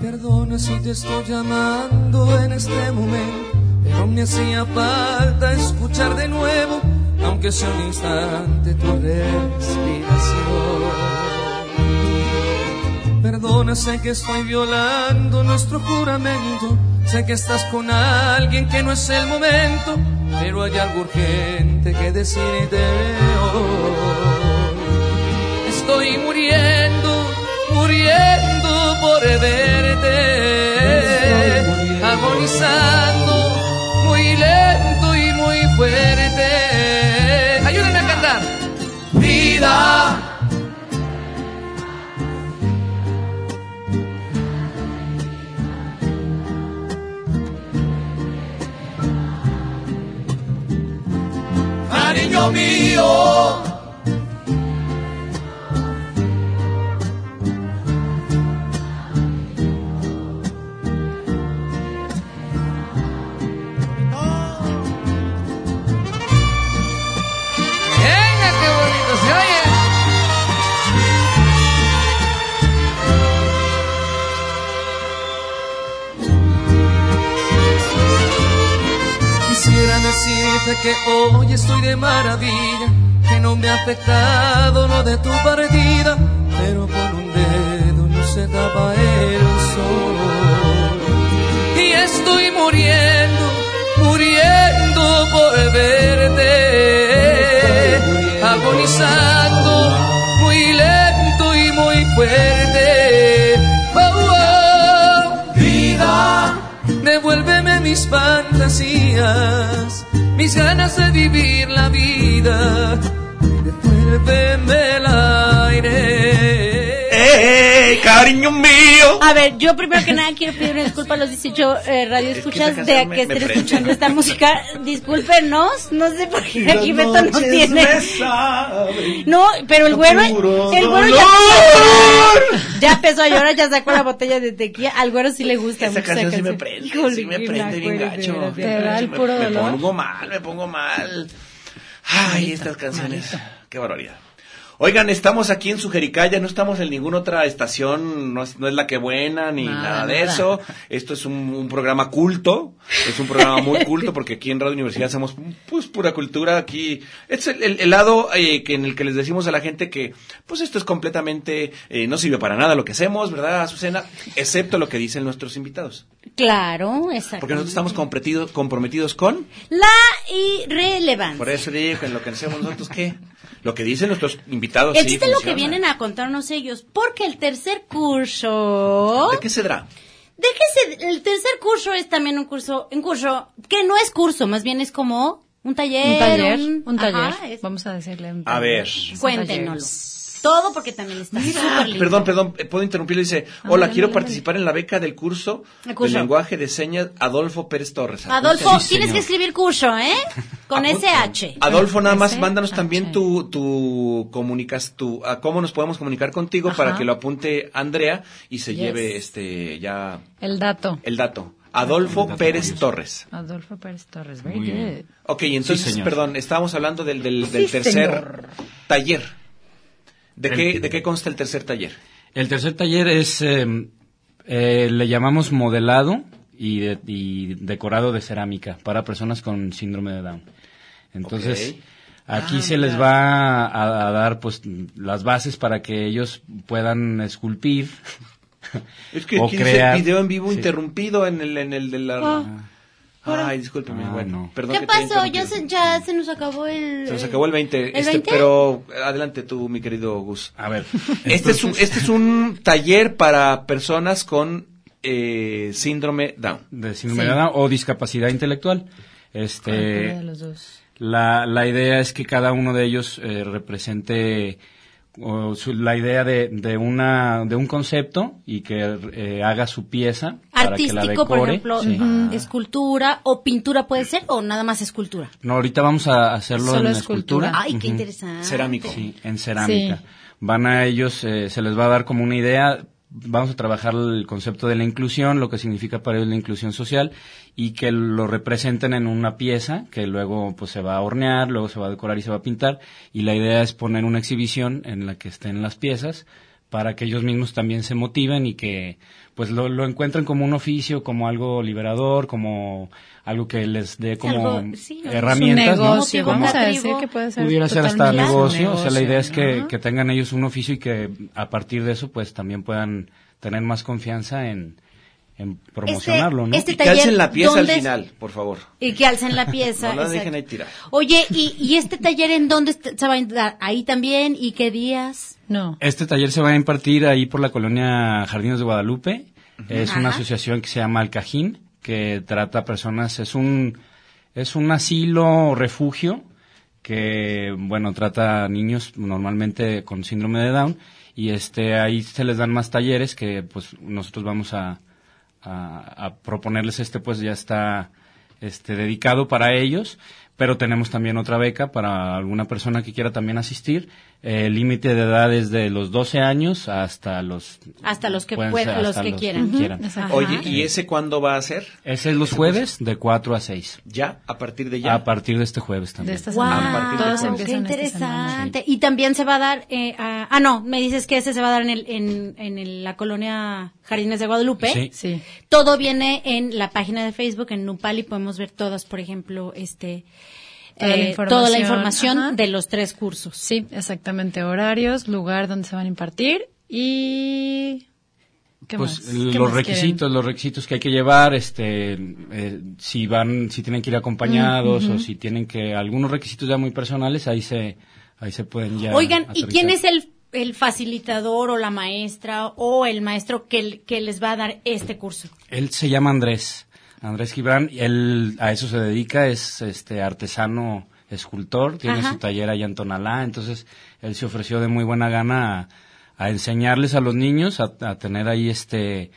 Perdona si te estoy llamando en este momento, pero me hacía falta escuchar de nuevo, aunque sea un instante tu respiración. Perdona, sé que estoy violando nuestro juramento, sé que estás con alguien que no es el momento, pero hay algo urgente que decirte hoy. Estoy muriendo, muriendo por verte, agonizando muy lento y muy fuerte. Ayúdenme a cantar. Vida, ¡Cariño mío! venga qué bonito se oye. Quisiera decirte que hoy estoy de maravilla, que no me ha afectado lo de tu partida, pero con un dedo no se tapa el sol. Y estoy muriendo, muriendo por verte, agonizando muy lento y muy fuerte. Oh, oh. Vida, devuélveme mis fantasías, mis ganas de vivir la vida. Devuélveme el aire. ¡Ey, Eh, cariño mío! A ver, yo primero que nada quiero pedir una disculpa a los 18 eh, radioescuchas esa de canción me- que me estén prende. escuchando esta música. Discúlpenos, no sé por qué aquí Las Beto no noches tiene. me No, pero el güero, puro el güero ya empezó, ya empezó a llorar, ya sacó la botella de tequila. Al güero sí le gusta Esa mucho canción sí me canción. prende, Híjole, sí me qué prende bien naco eres, gacho. de verdad. bien gacho, me- me pongo mal, me pongo mal. Ay, Malito, estas canciones. Qué barbaridad. Oigan, estamos aquí en Sujericaya, no estamos en ninguna otra estación, no es, no es la que buena ni Nada, nada, de nada. eso. Esto es un, un programa culto, es un programa muy culto porque aquí en Radio Universidad hacemos pues pura cultura aquí. Es el, el- el lado eh, que en el que les decimos a la gente que pues esto es completamente, eh, no sirve para nada lo que hacemos, ¿verdad, Azucena? Excepto lo que dicen nuestros invitados. Claro, exacto. Porque nosotros estamos comprometidos, comprometidos con, La irrelevancia. por eso le digo que en lo que hacemos nosotros, ¿qué? Lo que dicen nuestros invitados. El sí, chiste es lo que funciona. vienen a contarnos ellos, porque el tercer curso... ¿De qué se dará? ¿De qué se- El tercer curso es también un curso, un curso que no es curso, más bien es como un taller. Un taller, un taller. ajá, es- Vamos a decirle un A ver. Cuéntenoslo. Todo porque también está súper lindo. Perdón, perdón, eh, puedo interrumpirlo. Dice, Ah, hola, ándale, quiero ándale. participar en la beca del curso, El curso. de lenguaje de señas Adolfo Pérez Torres. Adolfo, Sí, tienes señor. que escribir curso, ¿eh? Con SH. Adolfo, nada más, mándanos también tu, tu comunicas, tu, a cómo nos podemos comunicar contigo Ajá. para que lo apunte Andrea y se Yes. lleve este ya El dato. el dato. Adolfo Pérez Torres. Adolfo Pérez Torres. Very Muy bien. good. Ok, entonces, Sí, señor. perdón, estábamos hablando del, del, del Sí, tercer señor. taller. ¿De qué, ¿De qué consta el tercer taller? El tercer taller es, eh, eh, le llamamos modelado y, de- y decorado de cerámica para personas con síndrome de Down. Entonces, Ok. aquí Ah, se les mira. va a, a dar pues las bases para que ellos puedan esculpir. Es que o aquí dice crear- video en vivo Sí. interrumpido en el, en el de la... Ah. Ay, discúlpeme, bueno, perdón ¿Qué que te haya pasó? Ya interrumpido. se, ya se nos acabó el... Se nos acabó el 20. ¿El este, 20? Pero adelante tú, mi querido Gus. A ver. Este, es, un, este es un taller para personas con eh, síndrome Down. De síndrome Sí. Ah, de Down o discapacidad intelectual. Este, Cualquiera de los dos. La, la idea es que cada uno de ellos eh, represente o su- la idea de, de una de un concepto y que eh, haga su pieza para que la Artístico, decore. por ejemplo, Sí. ujú, escultura o pintura puede ser, o nada más escultura. No, ahorita vamos a hacerlo Solo en escultura. escultura. Ay, qué Ujú. interesante. Cerámico. Sí, en cerámica. Sí. Van a ellos, eh, se les va a dar como una idea. Vamos a trabajar el concepto de la inclusión, lo que significa para ellos la inclusión social y que lo representen en una pieza que luego pues se va a hornear, luego se va a decorar y se va a pintar y la idea es poner una exhibición en la que estén las piezas para que ellos mismos también se motiven y que pues lo, lo encuentren como un oficio, como algo liberador, como algo que les dé como algo- sí, es un herramientas, ¿no? negocio, Como- vamos a decir que puede ser pudiera ser hasta totalmente un negocio, o sea, la negocio, idea es que, ajá. que tengan ellos un oficio y que a partir de eso pues también puedan tener más confianza en, en promocionarlo, ¿no? este Y que taller, alcen la pieza al ¿dónde es? final, por favor. Y que alcen la pieza. No la dejen exacto. ahí tirada. Oye, ¿y, y este taller en dónde est- se va a dar? ¿Ahí también? ¿Y qué días? No. Este taller se va a impartir ahí por la colonia Jardines de Guadalupe. Es Ajá. una asociación que se llama Alcajín, que trata a personas, es un, es un asilo o refugio que, bueno, trata a niños normalmente con síndrome de Down y este, ahí se les dan más talleres que pues nosotros vamos a, a, a proponerles este pues ya está este dedicado para ellos pero tenemos también otra beca para alguna persona que quiera también asistir Eh, el límite de edad es de los 12 años hasta los Hasta los que pueden puedan- ser hasta los que quieran. Ujú, exacto. Oye, ¿y ese cuándo va a ser? ese es los jueves de 4 a 6 ¿Ya? ¿A partir de ya? a partir de este jueves también A partir de wow, jueves. qué interesante. Y también se va a dar, eh, a- ah, no, me dices que ese se va a dar en, el, en, en el- la colonia Jardines de Guadalupe. Sí. Todo viene en la página de Facebook, en Nupal, y podemos ver todas, por ejemplo, este, Toda la eh, toda información, la información ajá. de los tres cursos. Sí, exactamente. Horarios, lugar donde se van a impartir y... ¿Qué pues más? l- ¿Qué los más quieren? requisitos, los requisitos que hay que llevar, este, eh, si van, si tienen que ir acompañados Mm, ujú. o si tienen que algunos requisitos ya muy personales, ahí se, ahí se pueden ya. Oigan, ¿y aterrizar. quién es el, el facilitador o la maestra o el maestro que, que les va a dar este curso? Él se llama Andrés, Andrés Gibran, y él a eso se dedica, es este artesano escultor, tiene Ajá. su taller allá en Tonalá, entonces él se ofreció de muy buena gana a, a enseñarles a los niños a, a tener ahí este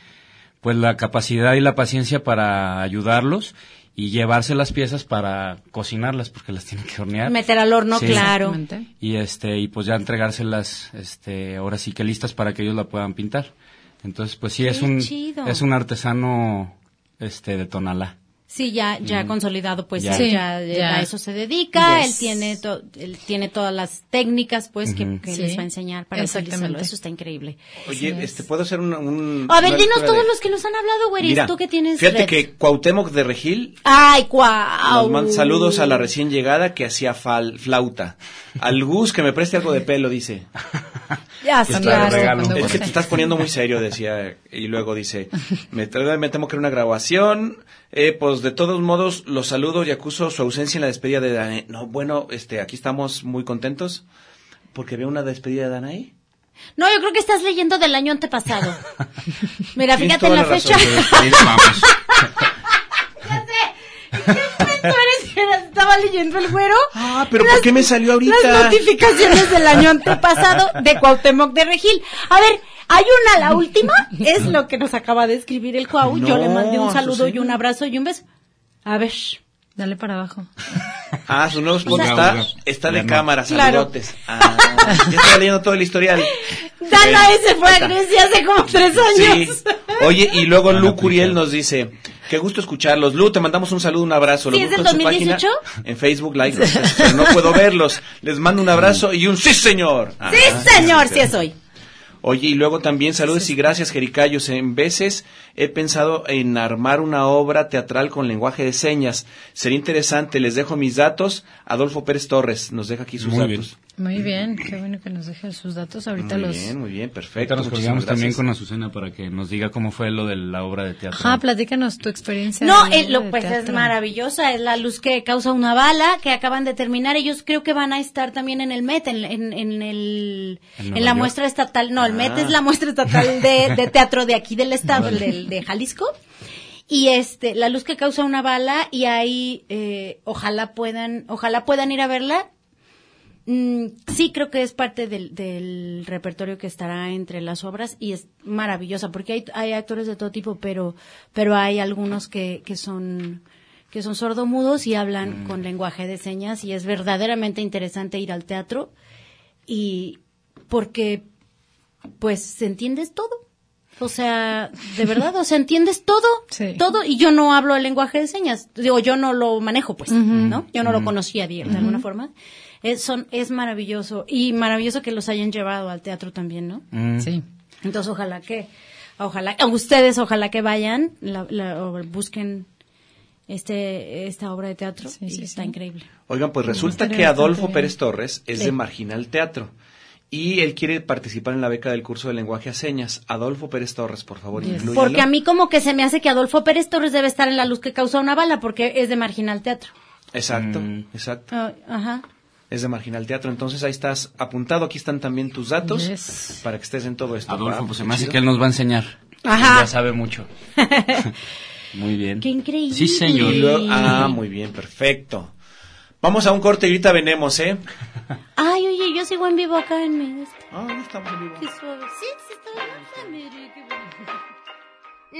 pues la capacidad y la paciencia para ayudarlos y llevarse las piezas para cocinarlas porque las tienen que hornear. Meter al horno, Sí. claro. Y este y pues ya entregárselas este ahora sí que listas para que ellos la puedan pintar. Entonces, pues sí Qué es un chido. es un artesano este de Tonalá. Sí, ya, ya Mm. consolidado, pues Ya. ya, Sí, ya, eh, ya. a eso se dedica. Yes. Él tiene to- él tiene todas las técnicas, pues, que- Ujú. que, Sí, les va a enseñar para exactamente. utilizarlo. Eso está increíble. Oye, este, ¿puedo hacer un... un- A ver, una dinos lectura todos de- los que nos han hablado, güeris. Mira, Tú que tienes. Fíjate red. que Cuauhtémoc de Regil Ay, guau. Nos manda saludos a la recién llegada que hacía fal- flauta. Al Gus que me preste algo de pelo, dice. Ya, sí, claro. Es que te estás poniendo muy serio, decía. Y luego dice, me, tra- me temo que era una grabación. Eh, pues de todos modos, los saludo y acuso su ausencia en la despedida de Daniel. No, bueno, este, aquí estamos muy contentos. Porque veo una despedida de Danaí. No, yo creo que estás leyendo del año antepasado. Mira, Tienes fíjate en toda la, razón, fecha. Pues, pero- vamos. Tú eres- eras- Estaba leyendo el güero. Ah, pero ¿por qué me salió ahorita? Las notificaciones del año antepasado de Cuauhtémoc de Regil. A ver, hay una, la última, es lo que nos acaba de escribir el Cuau. Yo le No, mandé un saludo Azucena. y un abrazo y un beso. A ver, dale para abajo. Ah, su nuevo spot O sea- está, está de cámara, Claro. saludotes. Ah, ya estaba leyendo todo el historial. Eh, Dana ese fue a Grecia hace como tres Sí. Ah, años. Oye, y luego Lu Curiel nos dice, qué gusto escucharlos. Lu, te mandamos un saludo, un abrazo. Lo ¿Sí es busco del en su 2018? página, en Facebook Live, no sé, pero no puedo verlos. Les mando un abrazo y un sí, señor. Ah, Sí, señor, sí es hoy. Oye, y luego también saludos y gracias, Jericayos. En veces he pensado en armar una obra teatral con lenguaje de señas. Sería interesante. Les dejo mis datos. Adolfo Pérez Torres nos deja aquí sus Muy datos. Muy bien, qué bueno que nos dejen sus datos. Ahorita Muy los... bien, muy bien, perfecto. Ahorita nos muchísimas colgamos también gracias. con Azucena para que nos diga cómo fue lo de la obra de teatro. Ajá, platícanos tu experiencia. No, de- eh, lo, de pues es teatro. maravillosa, es la luz que causa una bala que acaban de terminar. Ellos creo que van a estar también en el MET, en, en- en el, ¿En en Nueva la York? muestra estatal. No, el Ah. MET es la muestra estatal de, de teatro de aquí del estado, Vale. del- de Jalisco. Y este, la luz que causa una bala y ahí, eh, ojalá puedan, ojalá puedan ir a verla. Mm, sí, creo que es parte del, del repertorio que estará entre las obras y es maravillosa porque hay, hay actores de todo tipo, pero, pero hay algunos que, que son que son sordomudos y hablan con lenguaje de señas y es verdaderamente interesante ir al teatro y porque pues entiendes todo. O sea, de verdad, o sea, entiendes todo, todo, y yo no hablo el lenguaje de señas, digo, yo no lo manejo, pues, ¿no? Yo no lo conocía de, de Ujú. alguna forma. Es, son, es maravilloso, y maravilloso que los hayan llevado al teatro también, ¿no? Mm. Sí. Entonces, ojalá que, ojalá, a ustedes, ojalá que vayan, la, la- o busquen este, esta obra de teatro, y está increíble. Oigan, Mm. pues Me resulta gustaría que bastante Adolfo bien. Pérez Torres es Sí. de Marginal Teatro y él quiere participar en la beca del curso de lenguaje a señas. Adolfo Pérez Torres, por favor, inclúyalo. Porque a mí como que se me hace que Adolfo Pérez Torres debe estar en la luz que causa una bala, porque es de Marginal Teatro. Exacto, Mm. exacto. Ah, ajá. Es de Marginal Teatro, entonces ahí estás apuntado, aquí están también tus datos Pues, para que estés en todo esto. Adolfo, Ah, pues se qué me hace chido. que él nos va a enseñar. Ajá. Él Ya sabe mucho. Muy bien. Qué increíble. Sí, señor. Y luego- Ah, muy bien, perfecto. Vamos a un corte y ahorita venemos, ¿eh? Ay, oye, yo sigo en vivo acá en mi... Ah, no estamos en vivo. Qué suave. Sí, sí, está bien.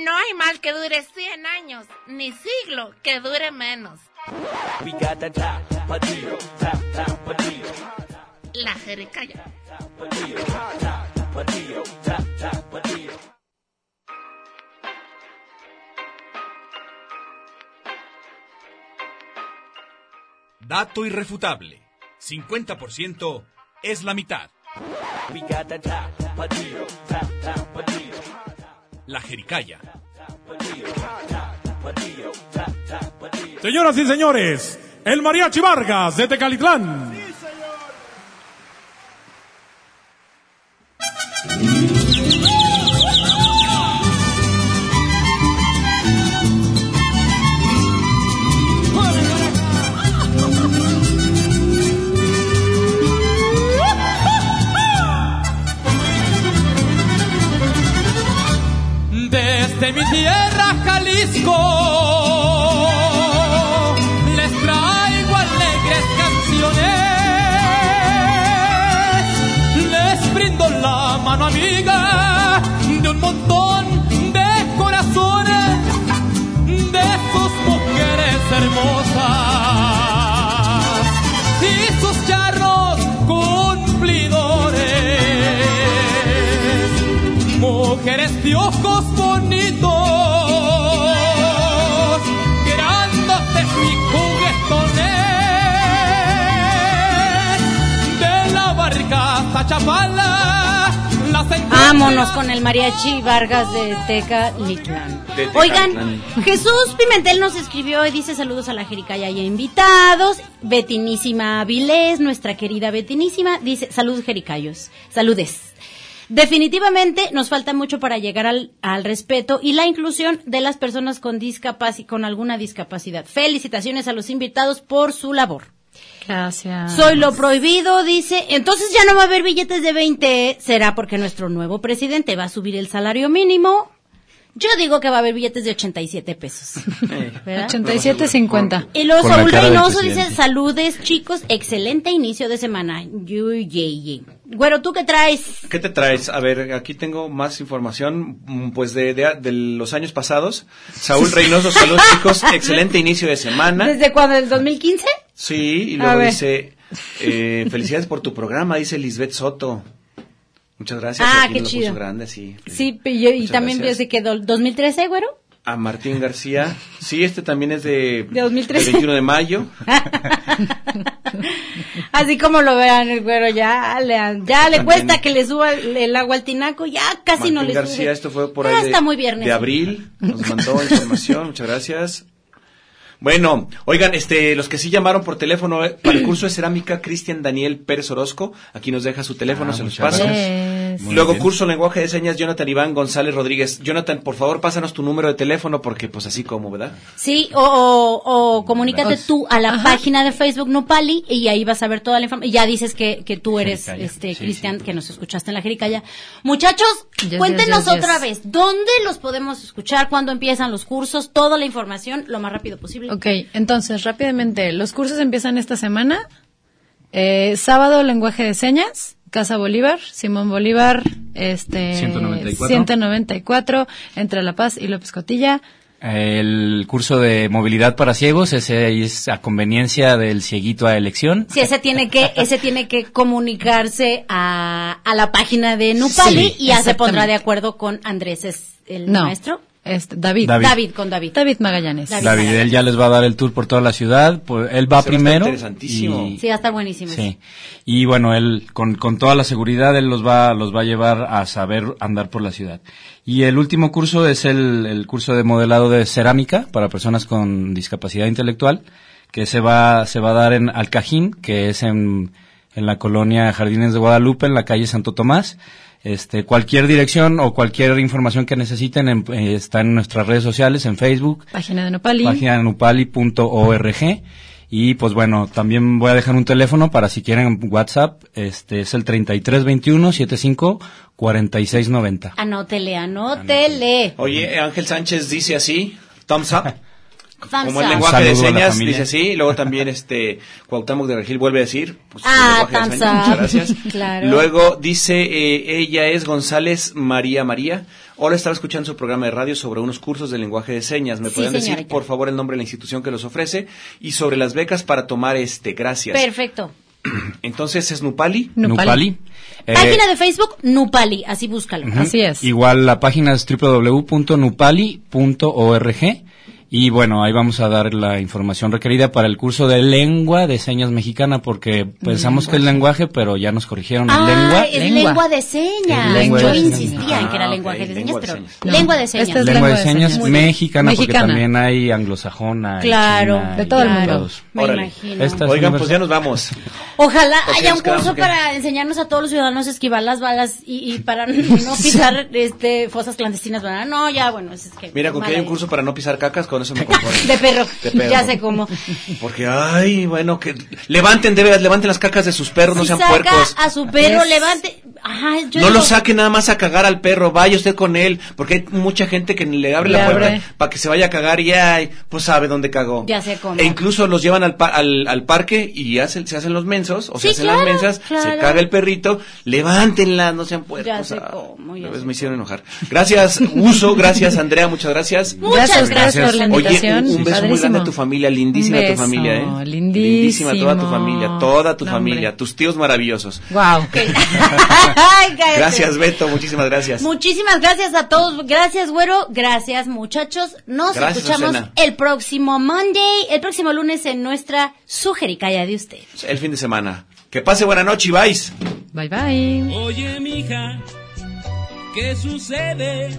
No hay mal que dure 100 años, ni siglo que dure menos. La jericaya. Dato irrefutable. 50% es la mitad. La jericaya. Señoras y señores, el Mariachi Vargas de Tecalitlán. Desde mi tierra, Jalisco, les traigo alegres canciones. Les brindo la mano amiga de un montón de corazones, de sus mujeres hermosas y sus charros cumplidores mujeres de ojos bonitos, grandotes y juguetones, de la barcaza chapala, las Vámonos con el mariachi Vargas de Teca Litlán. De Tecalitlán. Oigan, Jesús Pimentel nos escribió y dice saludos a la Jericaya y a invitados. Betinísima Avilés, nuestra querida Betinísima, dice saludos Jericayos, saludes. Definitivamente nos falta mucho para llegar al, al respeto y la inclusión de las personas con discapaci- con alguna discapacidad. Felicitaciones a los invitados por su labor. Gracias. Soy lo prohibido, dice. Entonces ya no va a haber billetes de 20. Será porque nuestro nuevo presidente va a subir el salario mínimo. Yo digo que va a haber billetes de 87 pesos. ¿verdad? 87.50. Y luego Con la Saúl cara del Reynoso presidente. dice, saludes chicos, excelente inicio de semana. Yuyeye. Güero, ¿tú qué traes? ¿Qué te traes? A ver, aquí tengo más información, mm, pues de, de- de los años pasados. Saúl Reynoso, saludos chicos, excelente inicio de semana. ¿Desde cuándo? ¿El 2015? Sí, y A luego ver. dice, eh, felicidades por tu programa, dice Lisbeth Soto. Muchas gracias. Ah, aquí qué lo puso chido. grande, sí. Sí, y, yo- y Muchas también gracias. desde que do- 2013, güero. A Martín García. Sí, este también es de... De 2013. del 21 de mayo. Así como lo vean el güero, ya le, ya le También- cuesta que le suba el, el agua al tinaco, ya casi Martín no le sube. García, esto fue por Ah, ahí de, está muy viernes. de abril, nos mandó información, muchas gracias. Bueno, oigan, este, los que sí llamaron por teléfono eh, para el curso de cerámica, Cristian Daniel Pérez Orozco, aquí nos deja su teléfono, Ah, se los muchas paso. gracias. Muy Luego bien. curso lenguaje de señas, Jonathan Iván González Rodríguez. Jonathan, por favor, pásanos tu número de teléfono porque pues así como, ¿verdad? Sí, o, o, o comunícate Dos. tú a la página de Facebook Nopali y ahí vas a ver toda la información. Ya dices que, que tú eres Jericaya. este Sí, Cristian, que nos escuchaste en la Jericaya. Muchachos, yes, cuéntenos yes, yes. otra vez, ¿dónde los podemos escuchar? ¿Cuándo empiezan los cursos? Toda la información lo más rápido posible. Ok, entonces rápidamente, los cursos empiezan esta semana. Eh, sábado, lenguaje de señas, Casa Bolívar, Simón Bolívar, este, 194. 194, entre La Paz y López Cotilla. El curso de movilidad para ciegos, ese ahí es a conveniencia del cieguito a elección. Sí, ese tiene que, ese tiene que comunicarse a, a la página de Nopali Sí, y ya se pondrá exactamente. de acuerdo con Andrés, es el No, maestro. Este, David. David. con David. David Magallanes. David, él ya les va a dar el tour por toda la ciudad. pues, él Se va va a estar primero. interesantísimo. y- Sí, va a estar buenísimo. Sí. Y bueno, él con, con toda la seguridad él los va los va a llevar a saber andar por la ciudad. Y el último curso es el, el curso de modelado de cerámica para personas con discapacidad intelectual que se va se va a dar en Alcajín, que es en en la colonia Jardines de Guadalupe, en la calle Santo Tomás. Este, cualquier dirección o cualquier información que necesiten en- eh, está en nuestras redes sociales, en Facebook, Página de Nopali. página nupali.org y pues bueno, también voy a dejar un teléfono para si quieren WhatsApp, este es el 3321 75 4690. Anótele, anótele. Oye, Ángel Sánchez dice así, thumbs up. Thumbs Como el up. lenguaje Un de saludo a la señas familia. dice así, y luego también este Cuauhtémoc de Regil vuelve a decir, pues, el Ah, lenguaje de thumbs señas, muchas up. gracias. Claro. Luego dice, eh, ella es González María María. Ahora estaba escuchando su programa de radio sobre unos cursos de lenguaje de señas. ¿Me Sí, podrían decir, señorita. por favor, el nombre de la institución que los ofrece? Y sobre las becas para tomar este. Gracias. Perfecto. Entonces, ¿es Nupali? Nupali. Eh, Página de Facebook Nupali, así búscalo. ujú. Igual la página es www.nupali.org y bueno, ahí vamos a dar la información requerida para el curso de lengua de señas mexicana porque pensamos que es lenguaje, pero ya nos corrigieron Ah, el lengua. es lengua, de señas. Es lengua Yo de señas. insistía en que era Ah, lenguaje ok, de señas, lengua de pero señas. No. lengua de señas. Esta es lengua de señas Muy bien. mexicana, porque Mexicana. también hay anglosajona. y Claro, china de y todo el mundo. todos. Me Órale. imagino. Esta es Oigan, pues universal. ya nos vamos. Ojalá Ok, haya un nos quedamos curso aquí. para enseñarnos a todos los ciudadanos a esquivar las balas y, y para no pisar este, fosas clandestinas. ¿verdad? No, ya, bueno, es que... Mira, con que hay un mala curso para no pisar cacas, con eso me conformo. idea. De perro. De perro. ya sé cómo. Porque, ay, bueno, que levanten, de veras, levanten las cacas de sus perros, no Si sean saca puercos. a su perro, Es- levante... Ajá, yo no digo- lo saque nada más a cagar al perro, vaya usted con él, porque hay mucha gente que ni le abre Le la abre. puerta para que se vaya a cagar y ay, pues sabe dónde cagó. Ya sé cómo. E incluso los llevan al, pa- al, al parque y hacen, se hacen los mensos, o Sí, se hacen las claro, mensas, se claro. caga el perrito, levántenla, no sean puercos. Ya sé ay, cómo, ya otra vez sé me hicieron enojar. Gracias, Uso, gracias, Andrea, muchas gracias. Muchas Gracias a ustedes gracias. por la invitación. Oye, un, un beso muy Padrísimo. grande a tu familia, lindísima Un tu beso, familia, ¿eh? lindísimo. Lindísima toda tu familia, toda tu familia, tus tíos maravillosos. Wow. Ay, cállate. Gracias, Beto, muchísimas gracias. Muchísimas gracias a todos. Gracias, güero. Gracias, muchachos. Nos Gracias, escuchamos Susana. el próximo Monday, el próximo lunes en nuestra sugericaya de usted. el fin de semana. Que pase buena noche y vais. Bye bye. Oye, mija, ¿qué sucede?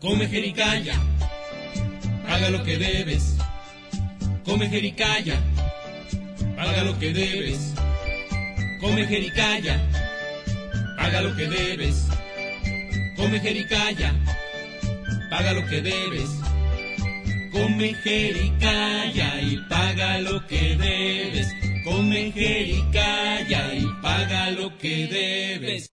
Come jericaya, paga lo que debes. Come jericaya, paga lo que debes. Come jericaya, paga lo que debes. Come jericaya, paga lo que debes. Come jericaya y paga lo que debes. Come jericaya y paga lo que debes.